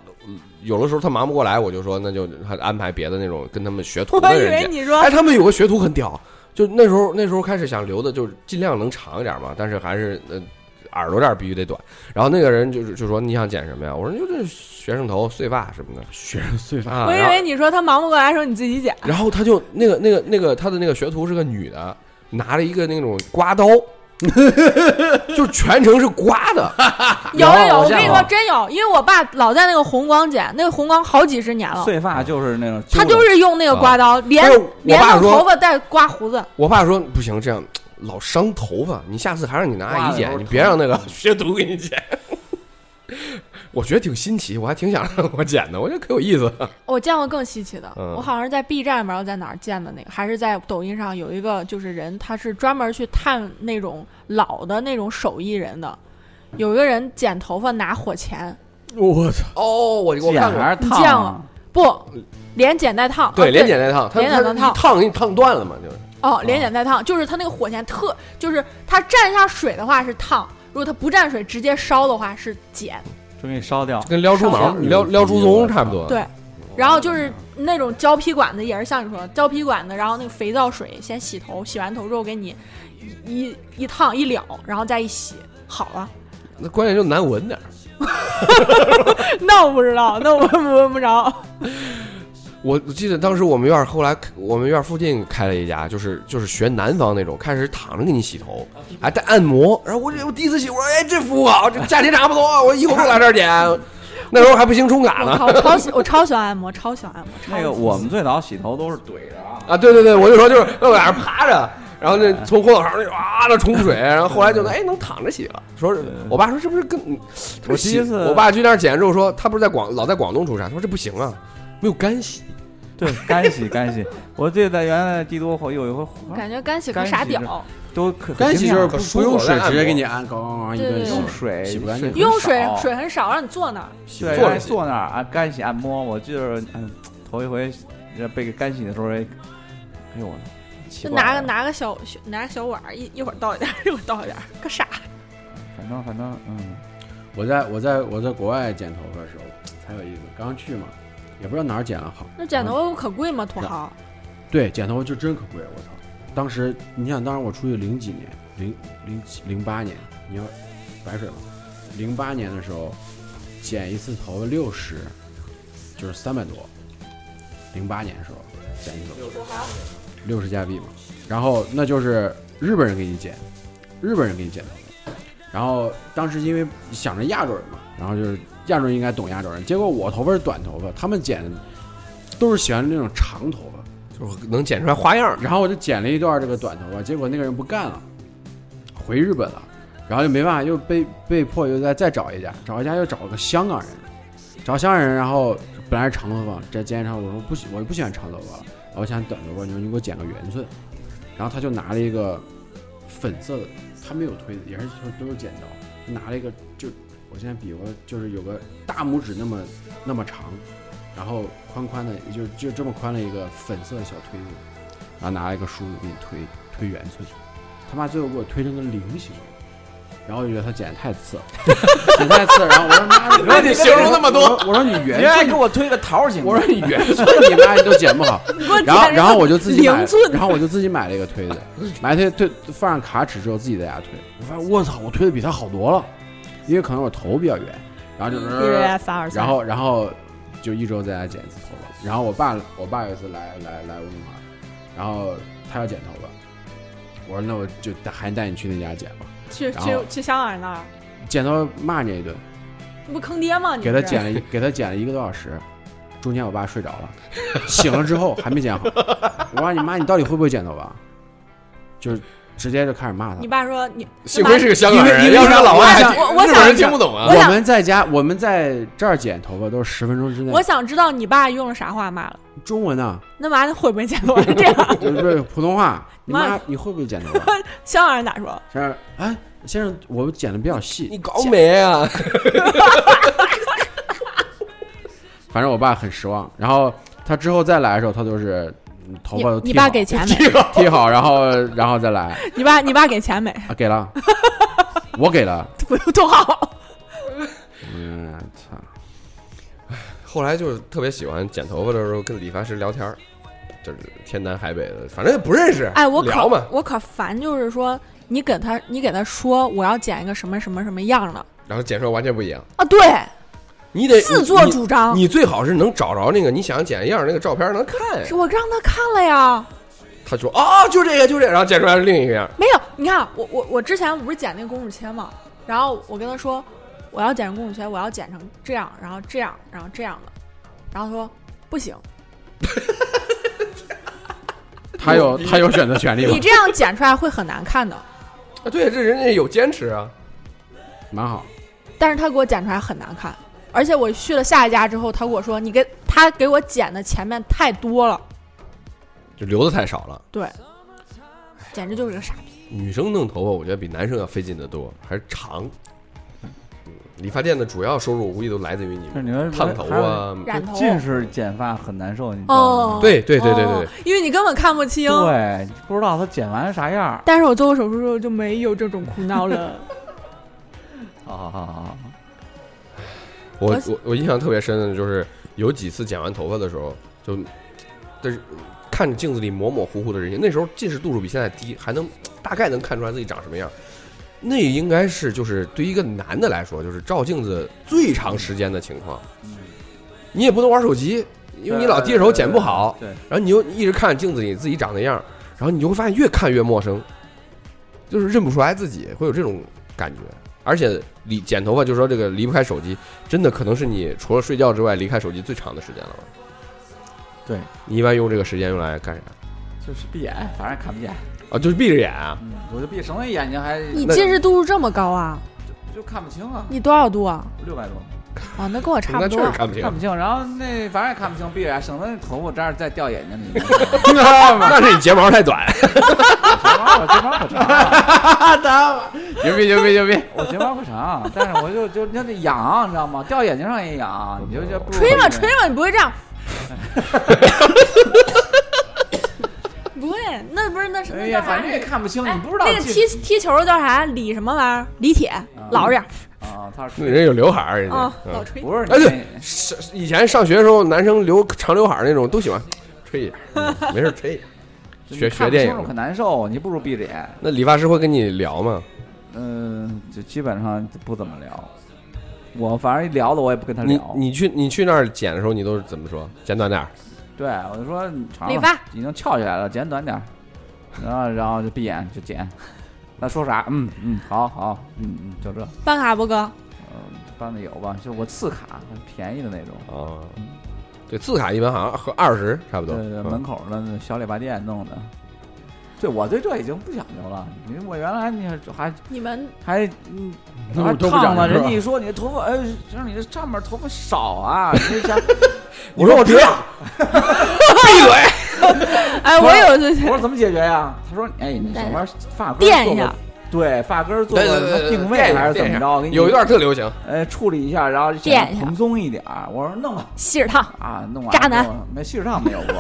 S1: 有的时候他忙不过来，我就说那就他安排别的那种跟他们学徒
S2: 我
S1: 的
S2: 以
S1: 人
S2: 为
S1: 剪。
S2: 你说
S1: 哎，他们有个学徒很屌，就那时候那时候开始想留的就是尽量能长一点嘛，但是还是呃耳朵这儿必须得短。然后那个人就是就说你想剪什么呀？我说就这学生头碎发什么的
S3: 学生碎发，
S1: 啊。
S2: 我以
S1: 然后
S2: 为你说他忙不过来的时候你自己剪，
S1: 然后他就那个那个那个他的那个学徒是个女的，拿着一个那种刮刀， 就全程是刮的。
S2: 有有有，
S4: 我
S2: 我
S4: 见
S2: 跟你
S4: 过
S2: 说真有，因为我爸老在那个红光剪，那个红光好几十年了，
S4: 哎碎发就是那种，
S2: 他就是用那个刮刀，连
S1: 但是我
S2: 连
S1: 爸
S2: 弄
S1: 说
S2: 头发带刮胡子，
S1: 我爸说不行，这样老伤头发，你下次还让你拿阿姨
S4: 刮了
S1: 剪，
S4: 都
S1: 你
S4: 是
S1: 别让那个学徒给你剪。我觉得挺新奇，我还挺想让我剪的，我觉得可有意思。
S2: 我见过更稀奇的，
S1: 嗯
S2: 我好像是在 B 站吧，然后在哪儿见的那个，还是在抖音上有一个就是人，他是专门去探那种老的那种手艺人的，有一个人剪头发拿火钳，
S3: 我操，
S1: 哦，我我
S4: 剪
S1: 看过，
S4: 还是烫
S2: 见
S4: 啊，
S2: 不连剪带烫，
S1: 对，
S2: 啊
S1: 连剪啊带烫，他
S2: 连
S1: 他
S2: 剪带烫
S1: 一烫给你烫断了嘛，就是
S2: 哦，连剪带烫，就是它那个火钳特，就是它蘸一下水的话是烫，如果它不蘸水直接烧的话是剪。
S1: 哦
S4: 就给你烧掉。
S1: 跟撩猪毛、
S3: 上
S1: 你撩撩猪
S3: 我
S1: 鬃
S3: 操
S1: 差不多。
S2: 对然后就是那种胶皮管子，也是像你说的胶皮管子，然后那个肥皂水先洗头，洗完头之后给你一一一烫一了，然后再一洗，好了。
S1: 那关键就难闻点儿。
S2: 那我不知道，那我闻不着。
S1: 我记得当时我们院儿后来我们院儿附近开了一家，就是就是学南方那种，开始躺着给你洗头，
S3: 啊
S1: 还带按摩。然后我这我第一次洗，我说哎这服务好，这价钱差不多，我以后就来这儿剪。那时候还不兴冲卡
S2: 我
S1: 呢
S2: 超我超喜我超喜欢按摩，超喜欢按摩。超
S4: 那个
S2: 级
S4: 我们最早洗头都是怼着啊，
S1: 啊，对对对，我就说就是那我俩人趴着。然后那
S3: 嗯
S1: 从后脑勺那哇那冲水，然后后来就能哎能躺着洗了。说是我爸说是不是跟他说
S4: 我第
S1: 洗
S4: 一次
S1: 我爸去那儿剪之后说他不是在广老在广东出差，他说这不行啊，没有干洗。
S4: 对，干洗干洗。我记得在原来的帝都后有一回
S2: 感觉干洗跟傻屌，
S4: 都可
S3: 干洗就是不
S1: 可
S3: 不用
S1: 舒服
S3: 水
S1: 了
S3: 直接给你按，咣咣咣一顿
S2: 对
S3: 洗
S4: 用水
S3: 洗不干净
S4: 很
S2: 用水
S4: 少
S2: 水很少，让你坐那儿。
S3: 洗
S1: 坐
S4: 对，坐
S1: 着
S4: 着
S1: 洗
S4: 坐那儿啊，干洗按摩。我记得，嗯，头一回呃被干洗的时候，哎哎呦我，奇
S2: 就
S4: 怪
S2: 拿
S4: 了
S2: 个，拿个小小拿个小碗儿，一一会儿倒一点儿，一会儿倒一点儿，个傻。
S4: 反正反正嗯，
S3: 我在我在我在国外剪头发的时候才有意思，刚去嘛，也不知道哪儿剪了好。
S2: 那剪头发可贵吗？土豪，
S3: 对，剪头发就真可贵，我操！当时你想，当时我出去零几年，零零几零八年，你要白水吗？零八年的时候，剪一次头发六十，就是三百多。零八年的时候剪一次头发，六十加币嘛。然后那就是日本人给你剪，日本人给你剪头发。然后当时因为想着亚洲人嘛，然后就是亚洲人应该懂亚洲人。结果我头发是短头发，他们剪的都是喜欢那种长头发。
S1: 就是能剪出来花样儿。
S3: 然后我就剪了一段这个短头发，结果那个人不干了，回日本了，然后就没办法，又被被迫又再再找一家，找一家又找了个香港人，找香港人，然后本来是长头发，这剪长，我说不喜，我不喜欢长头发了，我想短头发，你说你给我剪个圆寸，然后他就拿了一个粉色的，他没有推子，也是都都是剪刀，拿了一个就我现在比划就是有个大拇指那么那么长，然后宽宽的，就就这么宽的一个粉色的小推子。然后拿了一个梳子给你推推圆寸，他妈最后给我推成个菱形，然后我就觉得他剪得太次了，剪太次了。然后我说妈，
S1: 那你形容那么多
S3: 我说我说你圆寸，
S4: 我推个桃形
S3: 我说你圆寸你妈你都剪不好。
S2: 你给 我
S3: 然后
S2: 剪
S3: 然后我就自己买
S2: 零寸，
S3: 然后我就自己买了一个推子，买推推放上卡尺之后自己在家推，我发现我操，我推的比他好多了，因为可能我头比较圆，然后就呃
S2: 一月三二三，
S3: 然后然后就一周在家剪一次头发。然后我爸我爸有一次来来来温哥华，然后他要剪头发，我说那我就带还带你去那家剪吧。
S2: 去
S3: 然后
S2: 去去香港人那儿，
S3: 剪头发骂人家一顿，
S2: 你不坑爹吗？你
S3: 给
S2: 不
S3: 他
S2: 是
S3: 剪了一给他剪了一个多小时，中间我爸睡着了，醒了之后还没剪好。我说你妈，你到底会不会剪头发？就是直接就开始骂他
S2: 你。爸说你
S1: 幸亏是个香港
S3: 因为
S1: 人，
S3: 因为
S1: 要不然老外
S3: 我
S1: 还
S3: 想
S1: 听
S2: 我我
S1: 日本人
S2: 想
S1: 听不懂啊
S2: 我。
S3: 我们在家，我们在这儿剪头发都是十分钟之内
S2: 我。想知道你爸用了啥话骂了，
S3: 中文呢、
S2: 那娃子会不会剪头发？ 这样
S3: 就是普 通话。你妈
S2: 妈，
S3: 你会不会剪头发？
S2: 香港人咋说？
S3: 先生，哎，先生，我剪的比较细，
S1: 你搞没啊？
S3: 反正我爸很失望。然后他之后再来的时候，他就是嗯头
S2: 你
S3: 发都
S2: 你
S3: 剃好
S2: 爸给钱没？
S3: 剃好，然后然后再来
S2: 你爸你爸给钱没？
S3: 啊，给了，我给了，
S2: 不用多好。
S3: 嗯，操，
S1: 后来就是特别喜欢剪头发的时候跟理发师聊天儿，就是天南海北的，反正也不认识，
S2: 哎，我
S1: 聊
S2: 可
S1: 嘛，
S2: 我可烦，就是说你给他你给他说我要剪一个什么什么什么样的
S1: 然后剪出来完全不一样。
S2: 啊？对，
S1: 你得
S2: 自作
S1: 你
S2: 主张
S1: 你，你最好是能找着那个你想剪一样儿那个照片儿能看。
S2: 是我让他看了呀。
S1: 他说啊，就这个，就这个，然后剪出来是另一个样儿。
S2: 没有，你看我我我之前不是剪那个公主切嘛，然后我跟他说我要剪公主切，我要剪成这样，然后这样，然后这样的，然后他说不行，
S3: 他有他有选择权
S1: 哎
S3: 利吗
S2: 你？这样剪出来会很难看的。
S1: 啊，对，这人家有坚持啊。
S3: 蛮好，
S2: 但是他给我剪出来很难看，而且我去了下一家之后，他跟我说，你给他给我剪的前面太多了，
S1: 就留的太少了。
S2: 简直就是个傻逼。
S1: 女生弄头发，我觉得比男生要费劲的多，还是长。嗯理发店的主要收入，我估计都来自于你
S4: 但
S1: 们
S4: 是你们
S1: 烫头
S4: 还有
S1: 啊。
S2: 染头
S4: 近视剪发很难受，你知道
S2: 哦
S4: 吗？，
S1: 对对对对对
S2: 哦，因为你根本看不清。
S4: 对，不知道他剪完啥样儿。
S2: 但是我做过手术之后就没有这种苦恼了。
S4: 好好好好好，
S1: 我
S2: 而且
S1: 我我印象特别深的就是有几次剪完头发的时候，就但是看着镜子里模模糊糊的人家，那时候近视度数比现在低，还能大概能看出来自己长什么样。那应该是就是对于一个男的来说，就是照镜子最长时间的情况。你也不能玩手机，因为你老低着头剪不好，
S4: 对，
S1: 然后你又一直看镜子里自己长那样，然后你就会发现越看越陌生，就是认不出来自己，会有这种感觉。而且离剪头发就说这个离不开手机，真的可能是你除了睡觉之外离开手机最长的时间了吧？
S4: 对，
S1: 你一般用这个时间用来干啥？
S4: 就是闭眼，反正也看不见。
S1: 啊，就是闭着眼啊。
S4: 嗯，我就闭，省得眼睛还
S2: 你近视度数这么高啊？
S4: 就看不清啊，
S2: 你多少度啊？
S4: 六百多，
S2: 啊，那跟我差不
S1: 那确实
S2: 多。
S1: 看不清
S4: 看，不清。然后那反正也看不清，闭着眼，省得那头发这儿再掉眼睛 里。
S1: 那是你睫毛太短。
S4: 睫毛我睫毛可长，
S1: 牛逼牛逼牛逼！
S4: 我睫毛可长，但是我就就那得痒，你知道吗？掉眼睛上也痒，你就就不如
S2: 吹嘛吹嘛，你不会这 样。不会，那不是那什
S4: 哎
S2: 么
S4: 呀，
S2: 叫啥
S4: 反？正也看不清，你
S2: 哎
S4: 不知道
S2: 那个
S4: 近
S2: 踢踢球的叫啥？李什么玩意儿？李铁，老是这样
S4: 啊，他
S1: 那
S4: 是
S1: 人有刘海儿，人家。
S2: 啊，
S1: 嗯
S2: 老吹。
S4: 不是
S1: 哎，
S4: 你
S1: 对，是以前上学的时候，男生留长刘海儿那种都喜欢吹一下，嗯没事儿吹一下。
S4: 那
S1: 学
S4: 你看
S1: 学
S4: 不
S1: 电
S4: 清楚可
S1: 影，
S4: 难受，你不如闭着眼。
S1: 那理发师会跟你聊吗？
S4: 嗯，就基本上不怎么聊。我反正一聊的我也不跟他
S1: 你
S4: 聊，
S1: 你去你去那儿剪的时候，你都是怎么说？剪短点儿，
S4: 对我就说你长了
S2: 理发
S4: 已经翘起来了，剪短点儿，然后然后就闭眼就剪。那说啥？嗯嗯，好好，嗯嗯，就这，
S2: 办卡不哥？
S4: 嗯，办的有吧？就我次卡，很便宜的那种。
S1: 啊，对，字卡一般好像和二十差不多。
S4: 对对，
S1: 嗯
S4: 呃门口儿的那小理发店弄的。对，我对这已经不讲究了。你我原来你还
S2: 你们
S4: 还嗯，
S3: 那我
S4: 还
S3: 都不讲
S4: 烫了，
S3: 究是
S4: 人
S3: 吧
S4: 家一说你这头发，哎，就是你这上面头发少啊，你这家，
S1: 我说我知道，闭嘴。
S2: 哎，我有
S4: 我说怎么解决呀？他说，哎，你上面发根儿
S2: 垫
S4: 做
S2: 一下
S4: 个，对，发根儿做个什么定位还是怎么着？给你
S1: 有一段特流行，
S4: 呃处理一下，然后
S2: 垫一
S4: 显
S2: 下
S4: 蓬松一点儿。我说弄吧，
S2: 锡纸烫，
S4: 啊，弄完
S2: 渣男
S4: 之后没细致烫没有 过，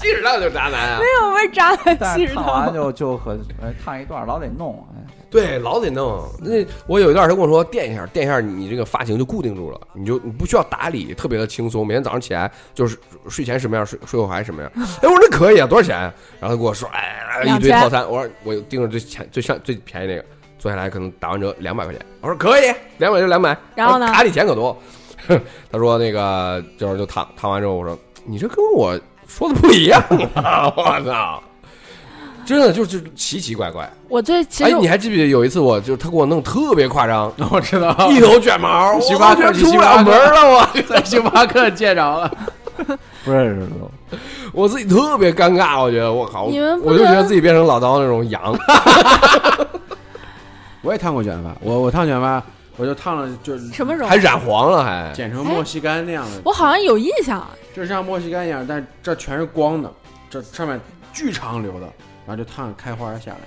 S1: 七十上就是渣男啊。
S2: 没有我们扎的
S4: 但
S2: 锡
S4: 是
S2: 纸
S4: 烫完
S2: 烫。
S4: 啊就就很哎烫一段儿老得弄，哎
S1: 对，老得弄。那我有一段他跟我说垫一下，垫一下，你这个发型就固定住了，你就你不需要打理，特别的轻松。每天早上起来就是睡前什么样，睡睡后还 什么样。哎，我说这可以啊，多少钱？然后他跟我说，哎，一
S2: 两
S1: 堆
S2: 千
S1: 套餐。我说我盯着最前最上最便宜那个，坐下来可能打完折两百块钱。我说可以，两百就两百。
S2: 然后呢
S1: 卡里钱可多。 他说那个就是就烫烫完之后，我说你这跟我说的不一样啊！ 我操，真的就是奇奇怪怪。
S2: 我最其
S1: 哎
S2: 实，我
S1: 你还记不记得有一次我就是他给我弄特别夸张，
S3: 我知 道，
S1: 一头卷 毛，
S3: 星
S1: 我
S3: 巴
S1: 都觉
S3: 克
S1: 得出
S3: 星
S1: 不
S3: 巴
S1: 了
S3: 克
S1: 门 了，
S3: 在星巴克见着了，
S4: 不认识都。
S1: 我我自己特别尴尬，我觉得我靠，
S2: 你们不
S1: 我就
S2: 觉
S1: 觉
S2: 得
S1: 得自己变成老刀那种 羊，
S3: 我也烫过卷发，我我烫卷发，我就烫了，就是
S2: 什么时候
S1: 还？染黄了还。
S3: 剪成墨西哥那样的，
S2: 哎我好像有印象，啊
S3: 就是像墨西哥一样，但这全是光的，这上面巨长留的，然后就烫开花下来，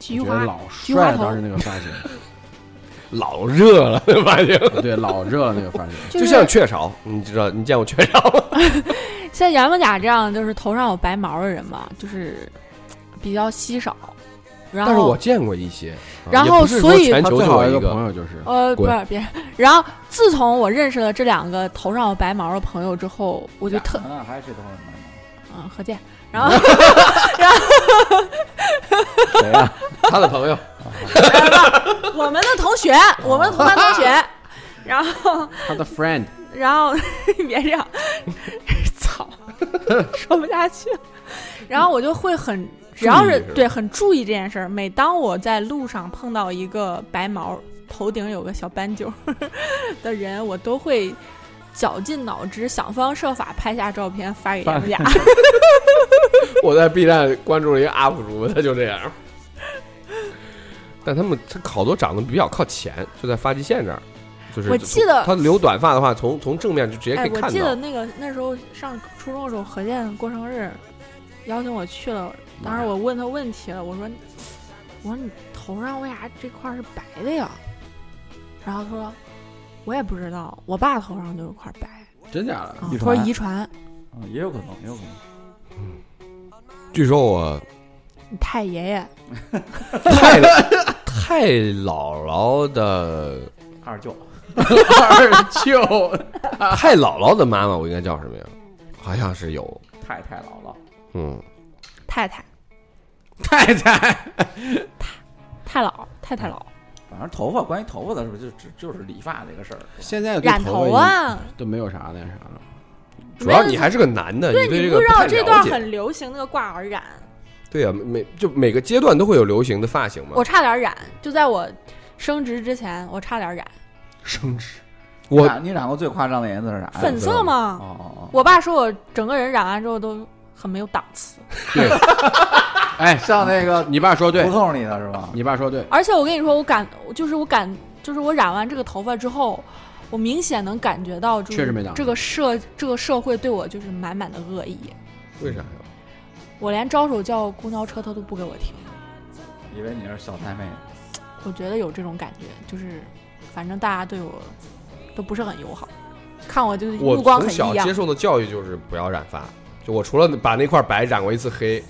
S2: 菊
S3: 我觉得
S2: 花。
S3: 老
S2: 菊花
S3: 帅了
S2: 头
S3: 当时那个发 型，
S1: 老热了， 发型
S3: 对，老热了那个发型，
S1: 就是像雀巢，你知道你见过雀巢吗？
S2: 像杨梦甲这样就是头上有白毛的人嘛，就是比较稀少。然后
S1: 但是我见过一些，啊
S2: 然
S1: 也
S2: 后
S1: 不是
S2: 所
S1: 说
S2: 以
S1: 全
S3: 他
S1: 球
S3: 最
S1: 就
S3: 好
S1: 有
S3: 一
S1: 一
S3: 个
S1: 个
S3: 朋友就是
S2: 呃，不
S1: 滚
S2: 是别。然后自从我认识了这两个头上有白毛的朋友之后，我
S4: 我
S2: 就特
S4: 啊还是谁头
S2: 嗯何健，然后
S4: 发谁呀？
S1: 他的朋友，
S2: 我们的同学，我们的同班同学，然后
S3: 他的 friend，
S2: 然后 别这样，操， 说不下去了。然后我就会很，只要
S1: 注意
S2: 是
S1: 是吧
S2: 对很注意这件事儿。每当我在路上碰到一个白毛、头顶有个小斑鸠的人，我都会绞尽脑汁、想方设法拍下照片发给人家。
S1: 我在 B 站关注了一个 UP 主，他就这样。但他们他好多长得比较靠前，就在发际线这儿，就是
S2: 我记得
S1: 他留短发的话，从从正面就直接可
S2: 哎
S1: 以，
S2: 我
S1: 看
S2: 记
S1: 到。
S2: 得那个那时候上初中的时候，何健过生日，邀请我去了。当时我问他问题了，我说：“我说你头上为啥这块儿是白的呀？”然后他说：“我也不知道，我爸头上就有块白，
S3: 真假的？
S2: 啊、他
S4: 遗
S2: 说
S4: 传
S2: 遗传，
S4: 嗯，也有可能，也有可能。
S1: 据说 我
S2: 你太爷爷
S1: 太太姥姥的
S4: 二舅，
S3: 二舅，
S1: 太姥姥的妈妈，我应该叫什么呀？好像是有，
S4: 太太姥姥，
S1: 嗯，
S2: 太太
S3: 太太，
S2: 太老太太老
S4: 反正头发，关于头发的时候，就只就是理发这个事儿。
S3: 现在对
S2: 染头
S3: 发已经
S2: 啊。
S3: 都没有啥那啥了。
S1: 主要
S2: 没有
S1: 你还是个男的，你
S2: 你
S1: 这
S2: 不
S1: 个
S2: 知道
S1: 太
S2: 这
S1: 了
S2: 段
S1: 解。
S2: 很流行那个挂耳染，
S1: 对啊，每就每个阶段都会有流行的发型嘛
S2: 我。差点染，就在我升职之前，我差点染
S3: 升职，
S1: 我
S4: 染你染过最夸张的颜色是
S1: 哎
S4: 啥呀？
S2: 粉色嘛。
S4: 哦哦哦，
S2: 我爸说我整个人染完之后都很没有档次，
S3: 对，哎，
S4: 像那个
S3: 你爸说对
S4: 胡，同里的是吧？
S3: 你爸说对，
S2: 而且我跟你说，我感就是我感就是我染完这个头发之后，我明显能感觉到，就
S3: 确实没
S2: 是
S3: 档次
S2: 这个社这个社会对我就是满满的恶意，
S1: 为啥呀？
S2: 我连招手叫公交车他都不给我停，
S4: 以为你是小太妹，
S2: 我觉得有这种感觉，就是反正大家对我都不是很友好，看我就是
S1: 我
S2: 目光
S1: 从
S2: 很
S1: 小接
S2: 异样。
S1: 受的教育就是不要染发，就我除了把那块白染过一次黑，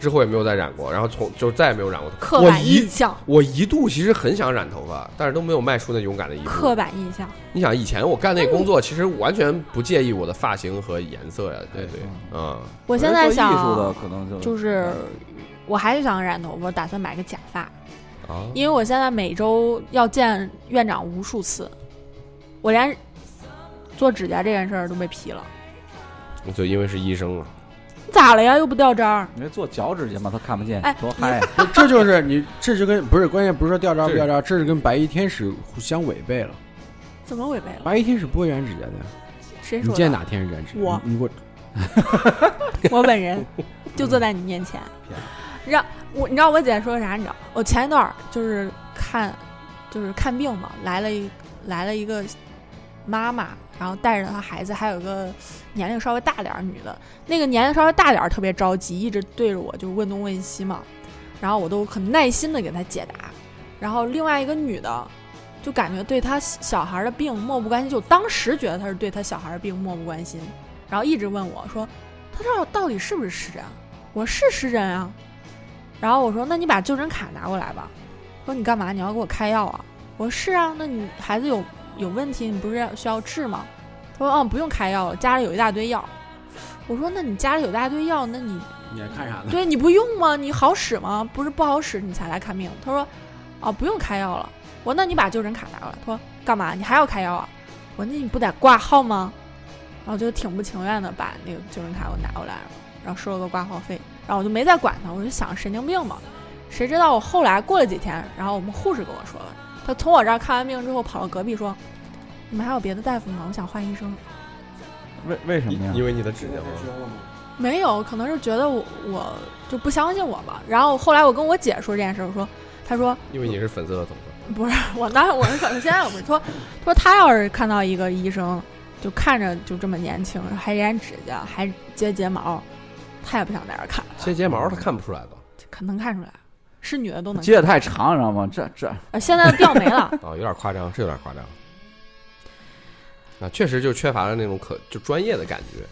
S1: 之后也没有再染过，然后从就再也没有染过头。
S2: 刻
S1: 我
S2: 板印
S1: 一
S2: 象，
S1: 我一度其实很想染头发，但是都没有迈出那勇敢的一
S2: 刻
S1: 步。
S2: 板印象，
S1: 你想以前我干那工作，其实完全不介意我的发型和颜色呀，对不对
S3: 对？
S1: 嗯，
S2: 我现在
S4: 可是做
S2: 想
S4: 艺术的可能就嗯
S2: 就是我还是想染头发，打算买个假发，
S1: 啊，
S2: 因为我现在每周要见院长无数次，我连做指甲这件事儿都被批了。
S1: 就因为是医生嘛。
S2: 咋了呀？又不掉渣儿？
S4: 因为做脚指甲嘛，他看不见，
S2: 哎
S4: 多嗨啊呀！
S3: 不这就是你，这就跟不是关键，不是说掉渣不掉渣，这是跟白衣天使互相违背了。
S2: 怎么违背了？
S3: 白衣天使不会染指甲的呀，
S2: 谁
S3: 你
S2: 说
S3: 见
S2: 的？
S3: 哪天是染指甲？
S2: 我
S3: 你你给我
S2: 我本人就坐在你面前，让我你知道我姐说啥？你知道我前一段儿就是看就是看病嘛，来了一来了一个妈妈，然后带着她孩子，还有个年龄稍微大点儿女的，那个年龄稍微大点儿特别着急，一直对着我就问东问西嘛，然后我都很耐心的给她解答，然后另外一个女的。就感觉对她小孩儿的病漠不关心，就当时觉得她是对她小孩儿的病漠不关心，然后一直问我说：“他这到底是不是湿疹？我是湿疹啊。然后我说，那你把就诊卡拿过来吧。说你干嘛？你要给我开药啊？我说是啊，那你孩子有有问题，你不是要需要治吗？他说，嗯，不用开药了，家里有一大堆药。我说，那你家里有一大堆药，那你
S3: 你还看啥呢？
S2: 对你不用吗？你好使吗？不是不好使，你才来看病。他说，哦，不用开药了。我说那你把就诊卡拿过来。他说干嘛？你还要开药啊？我说那你不得挂号吗？然后就挺不情愿的把那个就诊卡给我拿过来，然后收了个挂号费，然后我就没再管他，我就想神经病嘛。谁知道我后来过了几天，然后我们护士跟我说了，他从我这儿看完病之后跑到隔壁说，你们还有别的大夫吗？我想换医生。
S4: 为为什么
S1: 因
S4: 呀？
S1: 为你的指甲吗？
S2: 没有，可能是觉得我我就不相信我嘛。然后后来我跟我姐说这件事儿，我说，她说
S1: 因为你是粉色的头发。
S2: 不是我那 我是可能现在我们说，她说她要是看到一个医生，就看着就这么年轻，还染指甲，还接睫毛，她也不想在这儿看，
S1: 切睫毛他看不出来吧？，
S2: 可能看出来，是女的都能看。
S4: 接的太长，你知道吗？这这
S2: 呃，现在掉没 了
S1: 啊，有点夸张，是有点夸张。啊，确实就缺乏了那种可就专业的感觉。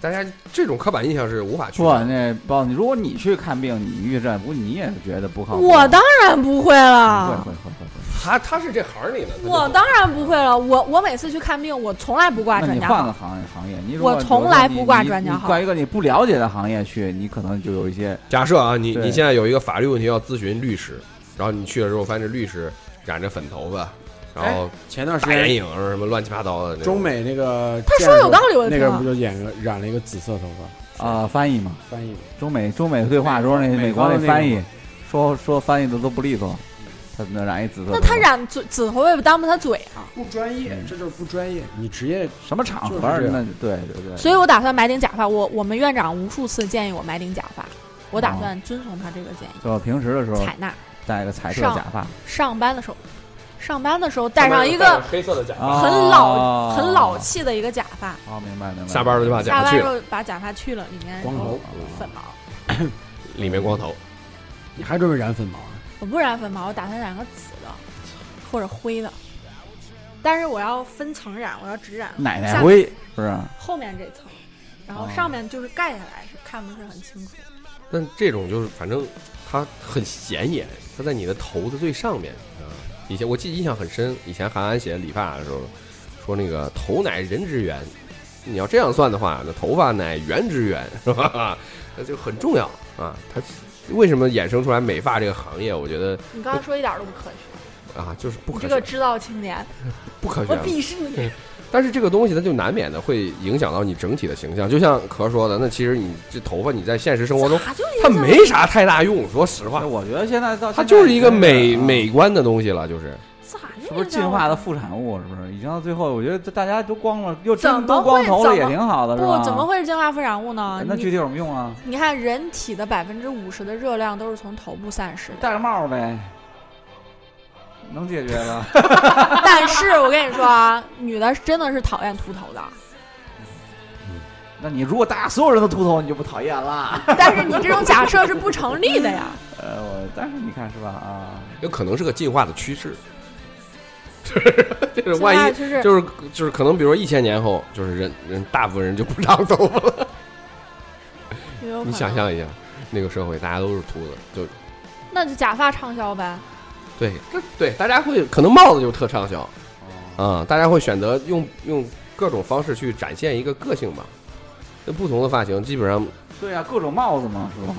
S1: 大家这种刻板印象是无法去
S4: 不，那包子，如果你去看病，你遇这，不你也觉得不靠谱？
S2: 我当然不会
S4: 会
S2: 了
S4: 会。会会会。
S1: 他他是这行里的，他就
S2: 我当然不会了，我我每次去看病，我从来不挂
S4: 那
S2: 专
S4: 你
S2: 家
S4: 换
S2: 号
S4: 个，行业行业，你如
S2: 我
S4: 果
S2: 从
S4: 比如说
S2: 来
S4: 你
S2: 不挂
S4: 你
S2: 专家
S4: 你
S2: 号
S4: 挂一个你不了解的行业去，你可能就有一些
S1: 假设啊，你
S4: 对
S1: 你现在有一个法律问题要咨询律师，然后你去了之后发现这律师染着粉头发，然后
S3: 前段时
S1: 大眼
S3: 间
S1: 影什么乱七八糟的那种。
S3: 哎中美那个
S2: 哎他说有道理我就听
S3: 那个
S2: 了
S3: 人不就染个染了一个紫色头发？
S4: 啊翻译嘛。
S3: 翻译
S4: 中美中美对话的时候，那
S3: 美
S4: 美国
S3: 方的那
S4: 翻译
S3: 种
S4: 说说翻译的都不利索，他那染一紫色头
S2: 那
S4: 发。
S2: 他染嘴紫头发也不耽误他嘴啊。
S3: 不专业，这就是不专业。嗯你职业
S4: 什么场合？
S3: 就是这
S4: 那
S3: 样
S4: 对对对。
S2: 所以我打算买顶假发。我我们院长无数次建议我买顶假发，我打算遵从他这个建议，
S4: 哦就平时的时候
S2: 采纳。
S4: 戴个彩色
S2: 上
S4: 假发，
S2: 上班的时候，上班的时候戴上一个
S5: 黑色的假发，
S3: 啊
S2: 很老、很老气的一个假发，
S4: 哦，明白明白。
S1: 下班了就把
S2: 下
S1: 假发
S2: 班
S1: 去
S2: 之
S1: 了，
S2: 后把假发去了，里面
S3: 光头，
S2: 粉毛。
S1: 里面光头，
S3: 你还准备染粉毛啊呢？
S2: 我不染粉毛，我打算染个紫的或者灰的，但是我要分层染，我要只染
S4: 奶
S2: 下
S3: 哎
S4: 奶灰不是？
S2: 后面这层，然后
S4: 哦
S2: 上面就是盖下来，是看不是很清楚。
S1: 但这种就是反正它很显眼，它在你的头的最上面啊。以前我记得印象很深，以前韩寒写理发的时候说那个头乃人之源，你要这样算的话，那头发乃源之源是吧？那就很重要啊。它为什么衍生出来美发这个行业？我觉得
S2: 你刚才说一点都不科学，
S1: 啊，就是不
S2: 你
S1: 科
S2: 这个
S1: 学，
S2: 知道青年，
S1: 不科学
S2: 我
S1: 啊。
S2: 鄙视你。
S1: 但是这个东西它就难免的会影响到你整体的形象，就像壳说的，那其实你这头发你在现实生活中
S2: 咋就
S1: 它没啥太大用，说实话
S4: 那，我觉得现在到
S1: 它就是一个美
S4: 美
S1: 美观的东西了，就是
S2: 咋
S4: 是不是进化的副产物？是不是已经到最后？我觉得大家都光了，又
S2: 怎
S4: 真
S2: 么
S4: 都光
S2: 会
S4: 头了，
S2: 怎
S4: 也
S2: 么
S4: 挺好的，是吧？
S2: 不怎么会是进化副产物呢？
S1: 哎
S4: 那具
S2: 你
S4: 体有什么用啊？
S2: 你看，人体的百分之五十的热量都是从头部散失的。
S4: 戴个帽呗，能解决了。
S2: 但是我跟你说啊，女的真的是讨厌秃头的，
S4: 那你如果大家所有人都秃头，你就不讨厌了。
S2: 但是你这种假设是不成立的呀。
S4: 呃，我但是你看是吧？啊，
S1: 有可能是个进化的趋 势，就是
S2: 进
S1: 万
S2: 化
S1: 一
S2: 就是
S1: 就是就是可能，比如说一千年后，就是人人大部分人就不长头发了。
S2: 也有可
S1: 你
S2: 能
S1: 想，象一下，那个社会大家都是秃子，就
S2: 那就假发畅销呗。
S1: 对就对，大家会可能帽子就是特畅销
S4: 哦
S1: 啊、大家会选择用用各种方式去展现一个个性吧。那不同的发型基本上
S4: 对呀、各种帽子嘛，是吧？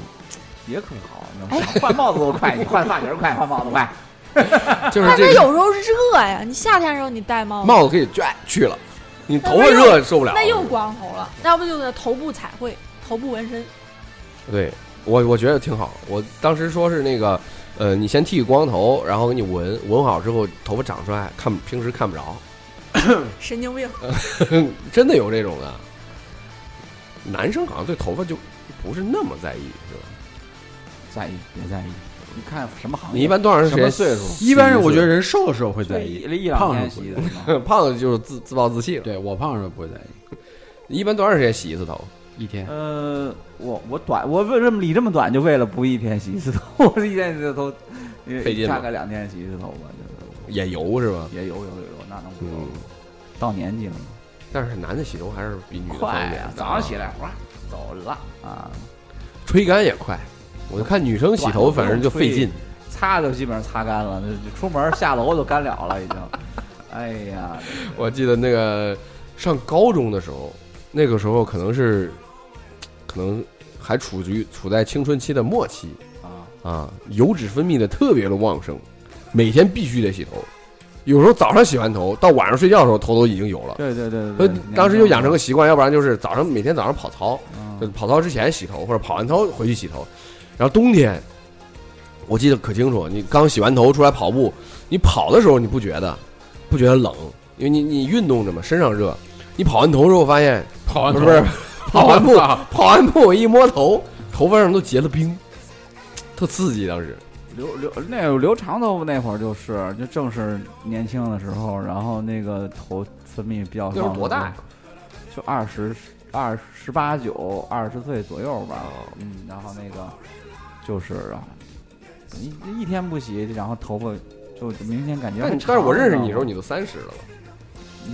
S4: 也可好，你知道吗换帽子都快，你换发型快，换帽子快。
S1: 就是
S2: 但
S1: 这
S2: 是
S1: 个
S2: 呃有时候热呀，你夏天的时候你戴帽子，
S1: 帽子可以卷去了，你头发热受不了。
S2: 那又光头了，那要不就得头部彩绘、头部纹身。
S1: 对我我觉得挺好。我当时说是那个，呃，你先剃光头，然后给你纹，纹好之后头发长出来，看平时看不着，
S2: 神经病，
S1: 真的有这种的。男生好像对头发就不是那么在意，是吧？
S4: 在意别在意，你看什么行业？
S1: 你一般多长时
S4: 什么
S1: 间？
S4: 岁数？
S3: 一般是我觉得人瘦的时候会
S4: 就
S3: 在
S4: 一
S3: 意，
S4: 一两
S3: 胖
S4: 天
S3: 的时候
S4: 洗
S3: 不
S4: 的
S3: 会。
S4: 是吗？
S1: 胖子就是自自暴自弃了。
S3: 对我胖的时候不会在意，
S1: 一般多长时间洗一次头？
S3: 一天
S4: 呃，我我短，我为什么理这么短？就为了不一天洗一次头， 我是一天洗一次头，
S1: 费劲
S4: 大
S1: 吗
S4: 概两天洗一次头吧，就是
S1: 也油是吧？
S4: 也有有有有，那能不
S1: 嗯
S4: 有？，到年纪了嘛，
S1: 但是男的洗头还是比女的
S4: 快
S1: 方
S4: 呀
S1: 便。！啊
S4: 早上起来，哇，走了啊，
S1: 吹干也快，我就看女生洗头反正就费劲。
S4: 擦都基本上擦干了，那就出门下楼就干了了，已 经。哎呀，
S1: 我记得那个上高中的时候，那个时候可能是，可能还处于处在青春期的末期
S4: 啊，
S1: 啊，油脂分泌的特别的旺盛，每天必须得洗头，有时候早上洗完头，到晚上睡觉的时候头都已经油了。
S4: 对对对
S1: 所
S4: 对
S1: 以，当时就养成个习惯，要不然就是早上每天早上跑操，就是
S4: 嗯
S1: 跑操之前洗头，或者跑完操回去洗头。然后冬天，我记得可清楚，你刚洗完头出来跑步，你跑的时候你不觉得，不觉得冷，因为你你运动着嘛，身上热。你跑完头之后发现，
S3: 跑完
S1: 不是
S3: 啊头
S1: 不是，跑完步
S3: 我操
S1: 跑完步我一摸头，头发上都结了冰，特刺激当时。
S4: 留留那留长头发那会儿就是就正是年轻的时候，然后那个头分泌比较
S1: 那时候多大呀？
S4: 就二十二十八九二十岁左右吧，嗯，然后那个就是啊，一一天不洗，然后头发就明显感觉
S1: 但
S4: 很
S1: 你
S4: 长。
S1: 但是我认识你的时候，
S4: 知
S1: 你都三十了吧，
S4: 道吗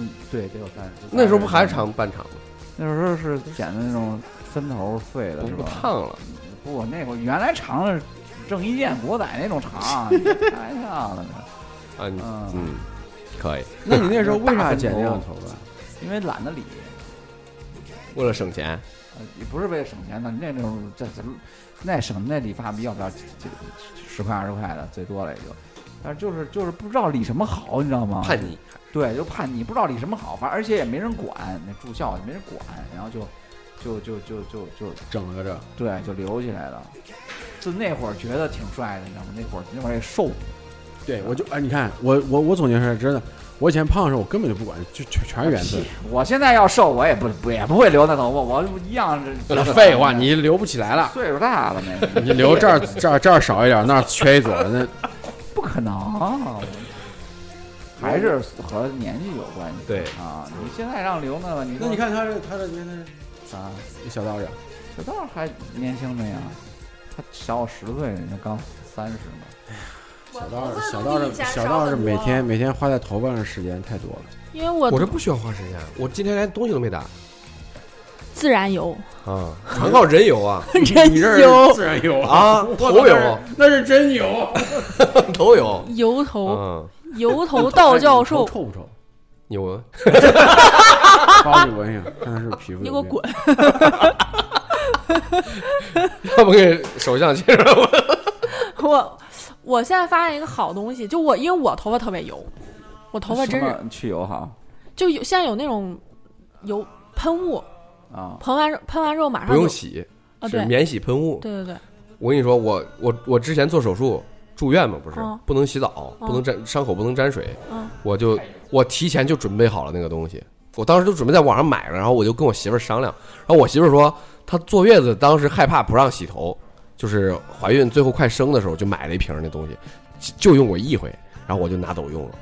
S4: 嗯，对，得有三十。
S1: 那时候不还是？长半长吗？
S4: 那时候是剪的那种分头碎的，
S1: 不
S4: 是
S1: 不
S4: 吧？
S1: 烫了，
S4: 不，那会儿原来长的是郑伊健、国仔那 种长，啊开玩笑的呢。
S1: 啊，你
S4: 嗯，
S1: 嗯，可以，
S3: 那你那时候为
S4: 大
S3: 啥
S4: 分
S3: 剪那
S4: 头
S3: 样头 发？
S4: 因为懒得理，
S1: 为了省钱，
S4: 呃也不是为了省钱的，那种这怎么那省那理发比要不要这这十块二十块的最多了也就，但是就是就是不知道理什么好，你知道吗？
S1: 叛逆。
S4: 对，就怕你不知道理什么好，反正而且也没人管，那住校也没人管，然后就就就就就就
S3: 整了个这，
S4: 对，就留起来了。就那会儿觉得挺帅的，你知道吗？那会儿那会儿也瘦，
S3: 对我就哎，你看我我我总结出来，真的，我以前胖的时候我根本就不管，就全全是缘分
S4: 屁。我现在要瘦，我也不不也不会留那头发，我一样是。
S3: 废话，你留不起来了，
S4: 岁数大了那个
S3: 你留 这儿这儿这儿少一点，那儿缺一撮，那
S4: 不可能。还是和年纪有关系。
S3: 对
S4: 啊，你现在让留呢吧，你
S3: 那你看他这他这你看
S4: 看啊，
S3: 这小道长，
S4: 小道还年轻着呀，他小我十岁，人家刚三十呢。
S3: 小道小道小道是每天，每天花在头发上的时间太多了。
S2: 啊因为我
S1: 我这不需要花时间，我今天连东西都没打
S2: 自然油，
S1: 啊，全靠人油 啊
S2: 真
S3: 你这
S2: 油
S3: 是自然有，
S1: 啊，头油
S3: 那是真有。
S1: 头油，
S2: 油头
S1: 嗯，
S2: 油头道 教授，
S3: 臭不臭？
S1: 有啊 闻
S3: 帮你闻一下，看看是不是皮肤。
S2: 你给我滚！！
S1: 要不给首相介绍我？
S2: 我我现在发现一个好东西，就我因为我头发特别油，我头发真是
S4: 是去油哈
S2: 就有现在有那种油喷雾，
S4: 啊，
S2: 喷完喷完之后马
S1: 不
S2: 上
S1: 用
S2: 就
S1: 洗，
S2: 啊
S1: 是
S2: 对
S1: 免洗喷雾。
S2: 对对对，
S1: 我跟你说，我我我之前做手术住院嘛，不是
S2: 嗯
S1: 不能洗澡，
S2: 嗯
S1: 不能沾伤口，不能沾水
S2: 嗯，
S1: 我就我提前就准备好了那个东西，我当时就准备在网上买了，然后我就跟我媳妇儿商量，然后我媳妇儿说她坐月子当时害怕不让洗头，就是怀孕最后快生的时候就买了一瓶那东西，就就用过一回，然后我就拿走用了，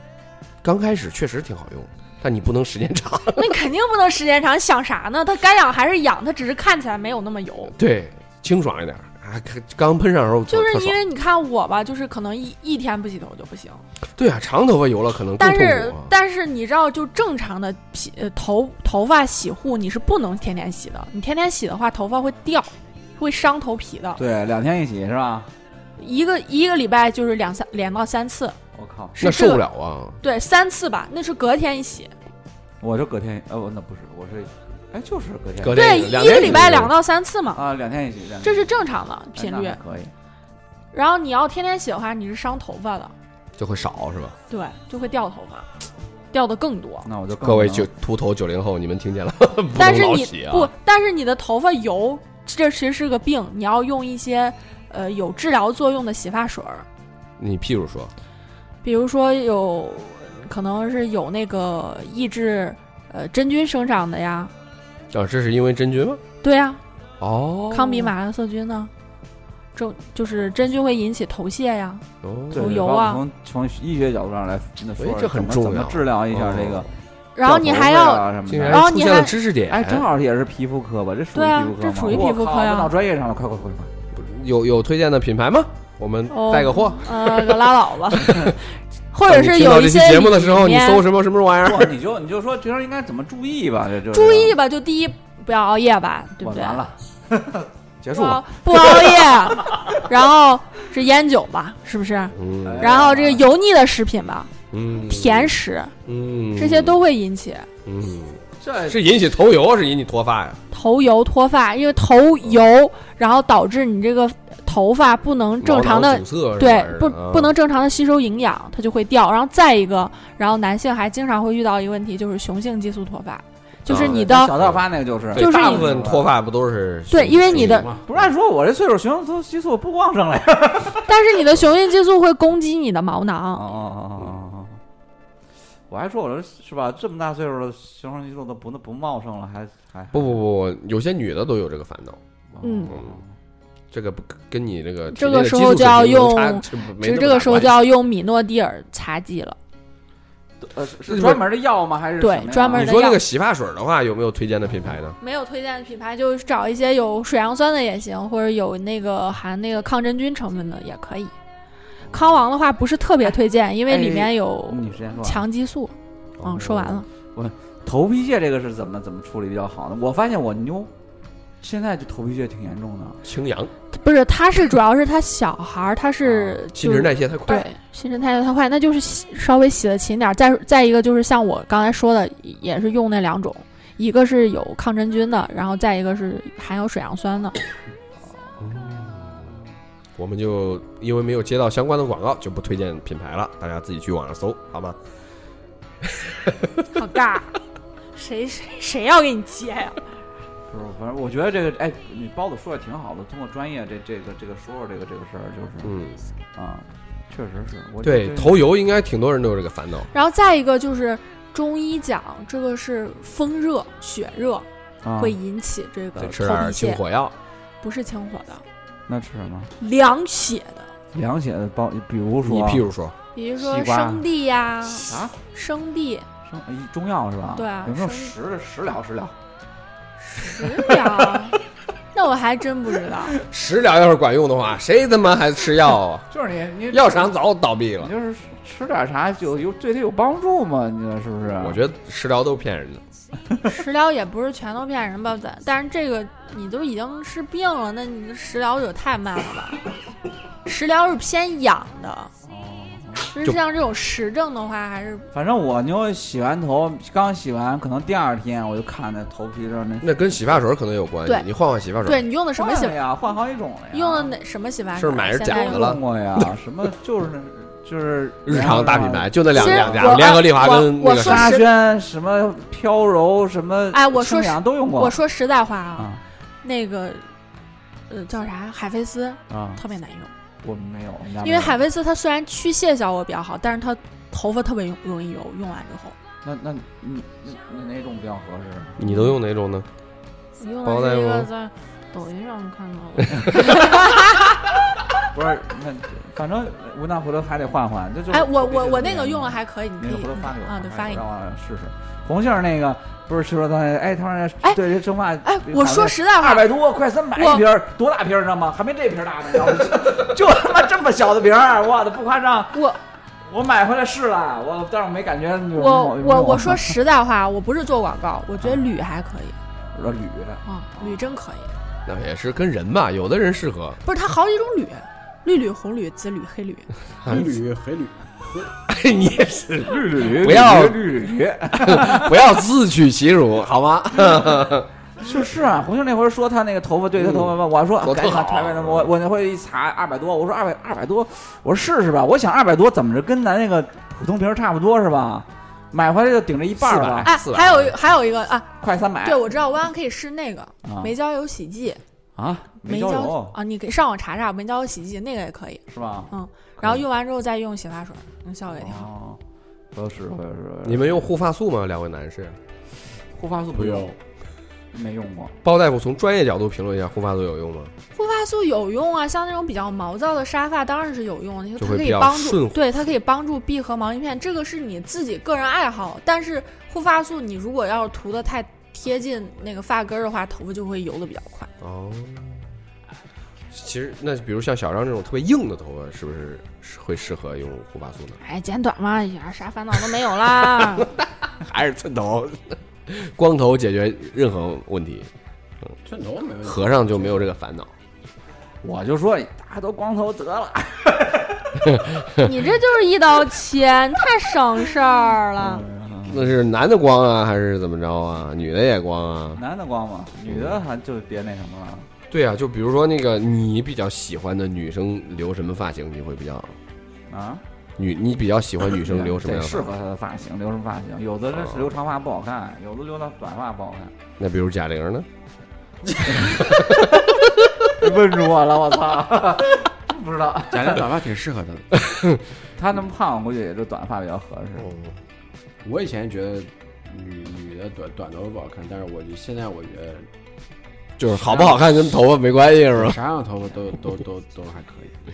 S1: 刚开始确实挺好用，但你不能时间长，
S2: 那你肯定不能时间长，想啥呢？它该痒还是痒，它只是看起来没有那么油。
S1: 对，清爽一点。啊，刚喷上的时候
S2: 就
S1: 特
S2: 是
S1: 爽
S2: 因为你看我吧，就是可能一一天不洗头就不行，
S1: 对啊，长头发油了可能更
S2: 但
S1: 痛
S2: 是
S1: 苦啊。
S2: 但是你知道，就正常的皮呃头头发洗护你是不能天天洗的，你天天洗的话头发会掉，会伤头皮的。
S4: 对，两天一洗是吧？
S2: 一个一个礼拜就是两三两到三次，
S4: 我靠，
S2: 是
S1: 那受
S2: 这个
S1: 不了啊！
S2: 对三次吧，那是隔天一洗，
S4: 我这隔天呃，我那不是，我是哎，就是隔天
S1: 隔
S2: 对
S1: 天
S2: 一
S1: 两
S2: 个
S1: 天
S2: 礼
S1: 一
S2: 拜
S1: 次
S2: 两到三次嘛，
S4: 啊，两天一洗，两天
S2: 这是
S4: 一洗
S2: 正常
S1: 嗯
S2: 的频
S4: 哎那
S2: 率
S4: 还。可以。
S2: 然后你要天天洗的话，你是伤头发的，
S1: 就会少是吧？
S2: 对，就会掉头发，掉的更多。
S4: 那我就更
S1: 各位
S4: 能
S1: 九秃头九零后，你们听见了？ 不能
S2: 嗯但是
S1: 老
S2: 你
S1: 洗啊
S2: 不，但是你的头发油，这其实是个病，你要用一些呃有治疗作用的洗发水儿，
S1: 你譬如说，
S2: 比如说有可能是有那个抑制呃真菌生长的呀，
S1: 啊，这是因为真菌吗？
S2: 对呀、
S1: 哦，
S2: 康比马拉色菌呢，这就是真菌会引起头屑呀，
S1: 哦，
S4: 对
S2: 头油
S4: 包括
S2: 啊
S4: 从从医学角度上来那说
S1: 哎，这很
S4: 怎么
S1: 重
S4: 怎么
S1: 要
S4: 治疗一下这个
S1: 哦，
S2: 然后你还要
S4: 掉头发啊什么
S1: 竟
S4: 的
S1: 然
S2: 然后
S1: 出
S2: 哦你
S1: 现了
S2: 还
S1: 知识点，
S4: 哎，正好也是皮肤科吧？这属于
S2: 对啊
S4: 皮肤科
S2: 这
S4: 吗
S2: 属于
S4: 我
S2: 皮肤
S4: 靠
S2: 科呀
S4: 问到专业上了，快快快快！
S1: 有有推荐的品牌吗？我们
S2: 哦
S1: 带个货，
S2: 呃可拉 倒吧，或者
S1: 等
S2: 是
S1: 你听到
S2: 有
S1: 这
S2: 一
S1: 期
S2: 些
S1: 节目的时候，
S2: 里
S1: 你
S2: 面
S1: 搜什么什么玩意儿？
S4: 不，你就你就说平常应该怎么注意吧，这就
S2: 注意吧，就第一不要熬夜吧，对不
S4: 我
S2: 对？
S4: 完了，
S1: 结束
S2: 不熬
S1: 吧。
S2: 不熬夜， 然后是烟酒吧，是不是？
S1: 嗯
S4: 哎
S2: 然后这个油腻的食品吧，
S1: 嗯，
S2: 甜食
S1: 嗯，
S2: 这些都会引起
S1: 嗯，
S4: 这
S1: 是引起头油，是引起脱发呀？
S2: 头油脱发，因为头油，然后导致你这个头发不能正常
S1: 毛
S2: 的
S1: 囊。阻塞是
S2: 对
S1: 吧，
S2: 不
S1: 啊
S2: 不能正常的吸收营养，它就会掉。然后再一个，然后男性还经常会遇到一个问题，就是雄性激素脱发，就是你的、
S4: 小道发那个就是，
S1: 啊对
S2: 就是
S1: 大
S2: 你
S1: 部分脱发不都是
S2: 对因为你的
S4: 不是按说我这岁数雄性激素不旺盛了呀？
S2: 但是你的雄性激素会攻击你的毛
S4: 哦
S1: 啊
S2: 囊，
S4: 哦哦哦哦！我还说我这是吧，这么大岁数了，雄性激素都不那不茂盛了，还还哦
S1: 不不不，不有些女的都有这个烦恼。
S2: 嗯
S1: 这个不跟你这个体
S2: 这
S1: 内
S2: 个
S1: 的
S2: 时
S1: 激
S2: 候
S1: 素水
S2: 就要
S1: 平
S2: 用
S1: 差是不没
S2: 其实
S1: 那
S2: 这
S1: 么
S2: 个
S1: 大
S2: 时候
S1: 关
S2: 就
S1: 系
S2: 要用米诺地尔擦剂了。
S4: 呃是专门的药吗？还是
S2: 对
S4: 什么呀
S2: 专门
S1: 你
S2: 的
S1: 说那
S2: 药
S1: 个洗发水的话，有没有推荐的品牌呢？
S2: 没有推荐的品牌，就找一些有水杨酸的也行，或者有那个含那个抗真菌成分的也可以。康王的话不是特
S1: 哎
S2: 别推荐，因为里面
S1: 嗯
S2: 有
S4: 你时间说完
S2: 强激素。
S1: 哦
S2: 嗯，说完了。
S4: 头皮屑这个是怎么怎么处理比较好呢？我发现我妞现在就头皮屑挺严重的，
S1: 清扬，
S2: 不是，它是主要是它小孩儿，它是
S1: 哦新
S2: 就
S1: 陈
S2: 是
S1: 代谢太快
S2: 对。新陈代谢太快，那就是洗稍微洗的勤点儿。再再一个就是像我刚才说的，也是用那两种，一个是有抗真菌的，然后再一个是含有水杨酸的。
S1: 我们就因为没有接到相关的广告，就不推荐品牌了，大家自己去网上搜，好吗？
S2: 好尬，谁谁谁要给你接呀、
S4: 不是，反正我觉得这个，哎，你包子说的挺好的，通过专业这这个这个说说这个这个事儿，就是、
S1: 嗯，
S4: 啊，确实是，我觉得
S1: 对，头油应该挺多人都有这个烦恼。
S2: 然后再一个就是中医讲这个是风热、血热
S4: 啊
S2: 会引起这个
S1: 得吃
S2: 头
S1: 点
S2: 皮
S1: 清
S2: 屑，
S1: 火药，
S2: 不是清火的，
S4: 那吃什么
S2: 凉血的。
S4: 凉血的包，比如说
S1: 你譬如说，
S2: 比如说
S4: 西瓜
S2: 生地呀、
S4: 啊，
S2: 生地
S4: 生哎中药是吧？
S2: 对啊
S4: 有没有
S2: 生
S4: 食食疗食疗？
S2: 食疗，那我还真不知道。
S1: 食疗要是管用的话，谁他妈还吃药啊？
S4: 就是你你
S1: 药厂早倒闭
S4: 你
S1: 了。
S4: 就是吃点啥有有对他有帮助吗？你说是不是？
S1: 我觉得食疗都骗人的，
S2: 食疗也不是全都骗人吧？咱但是这个你都已经是病了，那你的食疗也太慢了吧？食疗是偏养的，就是
S1: 就
S2: 像这种实症的话，还是
S4: 反正我妞洗完头，刚洗完，可能第二天我就看那头皮上那
S1: 那跟洗发水可能有关系
S2: 对。
S1: 你换换洗发
S2: 对
S1: 水，
S2: 你用的什么
S4: 换
S2: 洗
S4: 了呀？换好几种了呀。
S2: 用的哪什么洗发水？
S1: 是买是
S2: 现
S1: 假
S2: 在
S1: 的
S2: 用
S1: 了
S4: 用过呀？什么就是那就是
S1: 日常大品牌就那两
S2: 其实
S1: 两
S2: 我啊
S1: 家，联合利华跟
S2: 我
S1: 那个
S2: 说
S1: 啥。
S4: 啊沙宣什么飘柔什么
S2: 哎我说
S4: 清凉都用过。
S2: 我说实在话啊，
S4: 啊
S2: 那个呃叫啥海飞丝
S4: 啊，
S2: 特别难用，
S4: 我没有，我
S1: 啊
S4: 们家
S2: 因为
S4: 没有
S2: 海飞丝它虽然去屑效果比较好，但是它头发特别容容易油，用完之后。
S4: 那那你那哪种比较合适？
S1: 你都用哪种呢？
S2: 你用
S1: 包大
S2: 的是一
S1: 夫
S2: 个在抖音上看 到的。
S4: 不是，那反正无奈回头还得换换。这就嗯
S2: 哎，我我我那个用了还可以，你可
S4: 那个
S2: 以
S4: 回头发给我
S2: 啊，对，发给你
S4: 让。我试试。红杏儿那个不是说刚才，哎，他说那
S2: 哎
S4: 对这生发，啊
S2: 哎，我说实在
S4: 二
S2: 话，
S4: 百多，快三百
S2: 我
S4: 一瓶儿，多大瓶儿你知道吗？还没这瓶儿大呢，你知道吗就他妈这么小的瓶儿，我的不夸张，
S2: 我
S4: 我买回来试了，我但是我没感觉有什么
S2: 我
S4: 有什么
S2: 我我说实在话，我不是做广告，我
S4: 啊
S2: 觉得铝还可以
S4: 我说捋着，
S2: 啊，铝真可以，
S1: 那也是跟人吧，有的人适合。
S2: 不是它好几种铝，绿铝、红铝、紫铝、 黑铝。
S1: 啊
S3: 黑 驴黑 驴，
S1: 你也是
S4: 捋捋捋
S1: 不要
S4: 捋捋捋，
S1: 不要自取其辱，好吗？
S4: 就是啊，红杏那会儿说她那个头发对她头发，嗯我嗯说
S1: 我特
S4: 赶紧
S1: 好
S4: 拍拍她，我我那会儿一查二百多，我说二百二百多，我说试试吧，我想二百多怎么着跟咱那个普通瓶儿差不多是吧？买回来就顶着一半儿吧，
S2: 哎，
S1: 四百
S2: 还有一还有一个啊，
S4: 快三百
S2: 对，我知道，弯弯可以试那个
S4: 啊
S2: 煤焦油洗剂，
S4: 啊，
S2: 煤
S4: 交
S2: 焦
S4: 流
S2: 啊，你给上网查查煤焦油洗剂那个也可以，
S4: 是吧？
S2: 然后用完之后再用洗发水，嗯，效果也挺好。
S4: 哦，我要试，我要试。
S1: 你们用护发素吗？两位男士，
S3: 护发素不用，
S4: 没用过？
S1: 包大夫从专业角度评论一下，护发素有用吗？
S2: 护发素有用啊，像那种比较毛躁的沙发当然是有用的，啊
S1: 就
S2: 它
S1: 会
S2: 可
S1: 比
S2: 以
S1: 较
S2: 帮
S1: 顺
S2: 助，
S1: 滑
S2: 对它可以帮助闭合毛鳞片，这个是你自己个人爱好。但是护发素你如果要是涂的太贴近那个发根儿的话，头发就会油的比较快。
S1: 哦，其实那比如像小张这种特别硬的头发，是不是会适合用护发素呢？
S2: 哎，剪短嘛，一点啥烦恼都没有啦。
S1: 还是寸头， 光头解决任何问题，
S3: 寸头没问题。
S1: 和尚就没有这个烦恼。
S4: 我就说大家都光头得了。
S2: 你这就是一刀切，你太省事儿了。
S1: 那是男的光啊，还是怎么着啊？女的也光啊？
S4: 男的光嘛，女的还就别那什么了。
S1: 对啊，就比如说那个你比较喜欢的女生留什么发型，你会比较
S4: 啊，
S1: 女你比较喜欢女生留什么
S4: 得
S1: 样的
S4: 适
S1: 发型？
S4: 合她的发型，留什么发型？有的
S1: 哦
S4: 是留长发不好看，有的留到短发不好看。
S1: 那比如贾玲呢？
S4: 问住我了，我操！ 不知道，
S3: 贾玲短发挺适合她的。
S4: 她那么胖，估计也就短发比较合适。
S1: 哦
S3: 我以前觉得女女的短短头发不好看，但是我就现在我觉得
S1: 就是好不好看跟头发没关系是吧？
S3: 啥样的头发都都都都还可 以。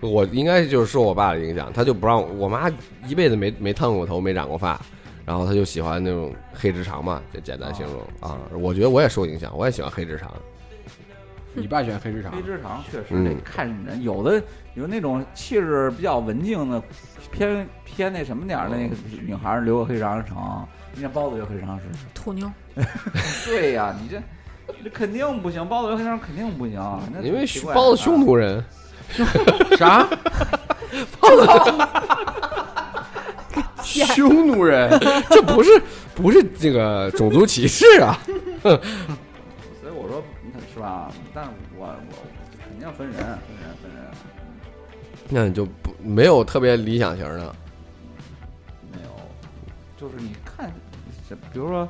S1: 我应该就是受我爸的影响，他就不让我我妈一辈子没没烫过头，没染过发，然后他就喜欢那种黑直长嘛，就简单形容啊。我觉得我也受影响，我也喜欢黑直长。
S3: 你爸喜欢黑直长
S4: 黑，直长确实
S1: 嗯
S4: 得看人，有的有那种气质比较文静的，偏偏那什么点儿的那
S1: 哦
S4: 个女孩儿留个黑直长长，你看包子留黑直长是
S2: 土妞，
S4: 对呀、你这这肯定不行，包子留黑长肯定不行，那
S1: 因为
S4: 挺奇怪的啊
S1: 包子匈奴 人，
S3: 啥？
S1: 匈奴人，这不是不是这个种族歧视啊？
S4: 所以我说是吧？但我我肯定分人，分人分人，
S1: 那你就不没有特别理想型的，
S4: 没有，就是你看，这比如说。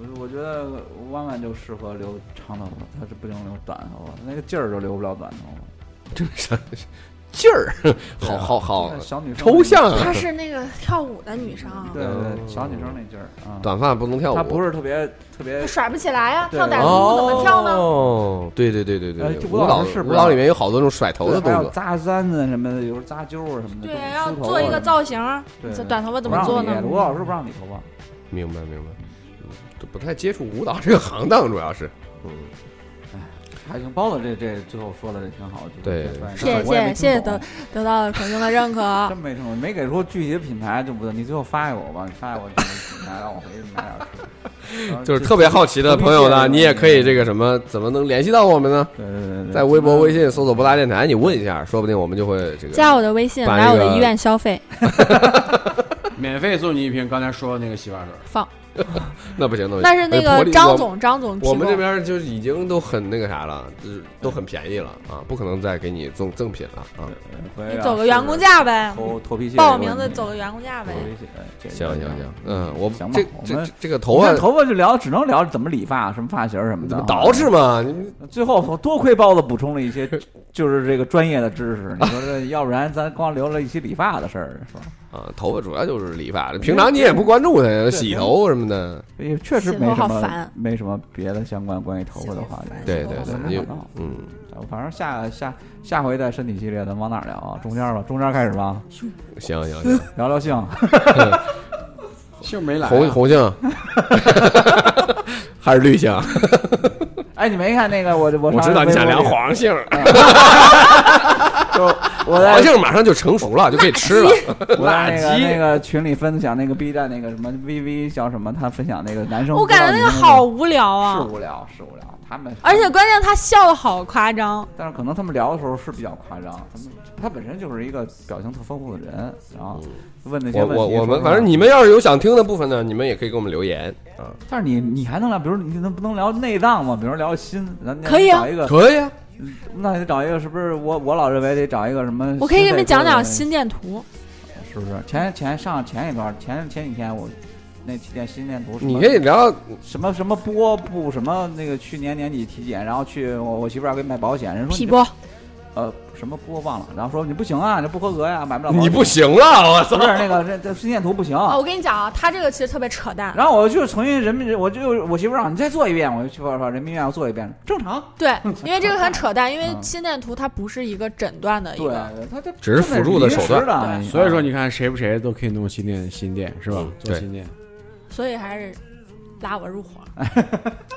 S4: 我我觉得弯弯就适合留长头发，他是不行留短头发，那个劲儿就留不了短头发。
S1: 这啥劲儿，
S3: 对
S1: 好
S3: 啊
S1: 好好
S4: 小女生
S1: 抽象啊
S2: 她！是那个跳舞的女生，啊
S4: 对对对，
S1: 嗯
S4: 小女生那劲儿啊，
S1: 短发不能跳舞，
S4: 她不是特别特别
S2: 她甩不起来呀，
S4: 对
S2: 跳傣
S1: 哦
S2: 舞怎么跳呢？
S1: 哦，对对对对对
S4: 呃
S1: 对，
S4: 这
S1: 舞
S4: 舞蹈
S1: 蹈
S4: 是不
S1: 舞
S4: 是
S1: 蹈里面有好多那种甩头的
S4: 对还
S1: 动
S4: 要
S1: 作，
S4: 扎簪子什么的，有时候扎揪儿什么的，
S2: 对
S4: 都，
S2: 要
S4: 梳头啊
S2: 做一个
S4: 发什么
S2: 造型儿，
S4: 对
S2: 这
S4: 对
S2: 短头发
S4: 的
S2: 怎么做
S4: 不让
S2: 呢
S4: 理？吴老师不让理头发，
S1: 明白明白，嗯不太接触舞蹈这个行当，主要是，嗯，
S4: 还行，包子这这最后说的这挺好，就是
S1: 对
S4: 这反正
S2: 谢谢
S4: 我也没
S2: 谢
S4: 听
S2: 谢
S4: 懂啊
S2: 得得到孔兄的认可，啊
S4: 真没听懂，没给出具体的品牌就不，你最后发给我吧，你发给我这个品牌，让我回去买点儿吃。然后
S1: 就是特别好奇的朋友呢，你也可以这个什么，怎么能联系到我们呢？
S4: 对对对嗯对，嗯
S1: 在微博、微信搜索“博达电台”，你问一下，说不定我们就会这个。
S2: 加我的微信
S1: 把
S2: 来我
S1: 这个
S2: 的医院消费
S3: 免费送你一瓶刚才说的那个洗发水。
S2: 放，
S1: 那不行，那不行
S2: 但是那
S1: 哎
S2: 个
S1: 玻璃
S2: 张
S1: 我
S2: 总张总提
S1: 我
S2: 供
S1: 们这边就已经都很那个啥了，就是都很便宜了啊，不可能再给你赠赠品了啊。
S4: 回
S2: 你
S4: 去
S2: 走个员工价呗，
S4: 头头皮屑，
S2: 报我名字走个员工价呗
S4: 头。皮屑。哎这个
S1: 行行行，嗯，我
S4: 行吧
S1: 这
S4: 我
S1: 这
S4: 们
S1: 这这个头
S4: 我
S1: 发
S4: 看头发就聊，只能聊怎么理发、什么发型什么的。啊
S1: 怎么捯饬？嘛？你
S4: 最后多亏包子补充了一些，就是这个专业的知识。你说这，要不然咱光聊了一期理发的事儿，是吧？
S1: 啊，头发主要就是理发，平常你也不关注它，洗头什么的。
S4: 也确实
S2: 洗头
S4: 没什
S2: 好
S4: 么
S2: 烦，
S4: 没什么别的相关关于头发的话
S2: 洗头
S4: 题
S2: 烦。
S1: 对对对，
S4: 没
S1: 你
S4: 什么
S1: 嗯，
S4: 反正下下下回在身体系列，咱往哪儿聊啊？中间吧，中间开始吧，
S1: 行行 行，
S4: 聊聊性。
S3: 姓没来、啊
S1: 红红 杏还是绿杏？
S4: 哎，你没看那个我我
S1: 我
S4: 上
S1: 知道你想聊
S4: 微博里，
S1: 黄杏，
S4: 就是 我在
S1: 黄杏马上就成熟了，就可以吃了。
S4: 我在那
S3: 垃
S4: 个
S3: 圾
S4: 那个群里分享那个 B 站那个什么 VV 叫什么，他分享那个男生，
S2: 我感觉那个好无聊
S4: 是
S2: 啊，
S4: 无聊，是无聊。他们
S2: 而且关键他笑的好夸张，
S4: 但是可能他们聊的时候是比较夸张，他们他本身就是一个表情特丰富的人，然后问那
S1: 嗯
S4: 些
S1: 我
S4: 问题
S1: 我我
S4: 说
S1: 们
S4: 实
S1: 反正
S4: 话
S1: 你们要是有想听的部分呢，你们也可以给我们留言啊，
S4: 但是你你还能聊，比如你能不能聊内脏吗？比如聊心，咱
S2: 可以啊
S4: 找一个，
S1: 可以啊，
S4: 那得找一个，是不是？我我老认为得找一个什么？
S2: 我可以给你们讲讲心
S4: 心肺
S2: 电图，
S4: 科的，是不是？前前上前一段前前几天我那体检心电图什么，
S1: 你可以聊
S4: 什么什么波不什么那个去年年底体检，然后去我我媳妇儿要给你买保险，人说
S2: 皮
S4: 你
S2: 波
S4: 呃什么波忘了，然后说你不行啊，你这不合格呀、买不了保险。
S1: 你不行了，我操！
S4: 不是那个这这心电图不行。
S2: 啊！我跟你讲啊，他这个其实特别扯淡，
S4: 然后我就重新人民，我就我媳妇儿让你再做一遍，我就去把把人民医院我做一遍，正常。
S2: 对，因为这个很扯淡，因为
S4: 嗯
S2: 心电图它不是一个诊断的一
S4: 对啊
S2: 个，，
S4: 他这
S1: 只是辅助的手段
S4: 段
S3: 所以说你看谁不谁都可以弄心电心电是吧
S1: 嗯？
S3: 做
S1: 对
S3: 心电，
S2: 所以还是拉我入伙。
S4: 啊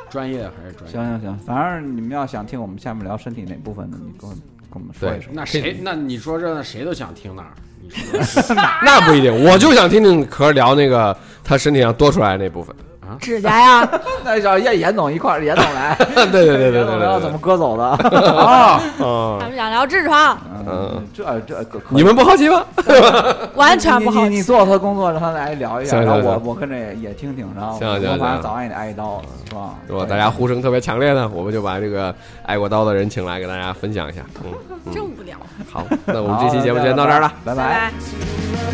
S3: 专业还是专业
S4: 行。行行，反正你们要想听我们下面聊身体哪部分的，你跟我跟我们说一
S1: 对
S4: 说。
S3: 那谁？那你说这那谁都想听哪儿？你说
S1: 那不一定，我就想听听壳儿聊那个他身体上多出来的那部分。
S2: 指甲呀，
S4: 那叫让严总一块儿，严总来，
S1: 对 对对对对
S4: 严 总聊
S1: 对
S4: 怎么
S1: 对，
S4: 割 走的啊？
S2: 咱
S1: 嗯，
S2: 们想聊痔疮，
S1: 嗯，
S4: 这这可可以
S1: 你们不好奇吗？
S2: 完全不好
S4: 你你你
S2: 奇。
S4: 做他工作，让他来聊一下，
S1: 行
S4: 然后
S1: 行
S4: 我
S1: 行
S4: 我跟着也也听听，然后
S1: 行
S4: 我
S1: 行
S4: 我反正
S1: 行
S4: 早晚也得挨一刀，是吧？
S1: 如果大家呼声特别强烈呢，我们就把这个挨过刀的人请来给大家分享一下。嗯，
S2: 真无聊，
S1: 好，那我们这期节目就先到这儿了。
S4: 拜
S2: 拜拜。
S5: to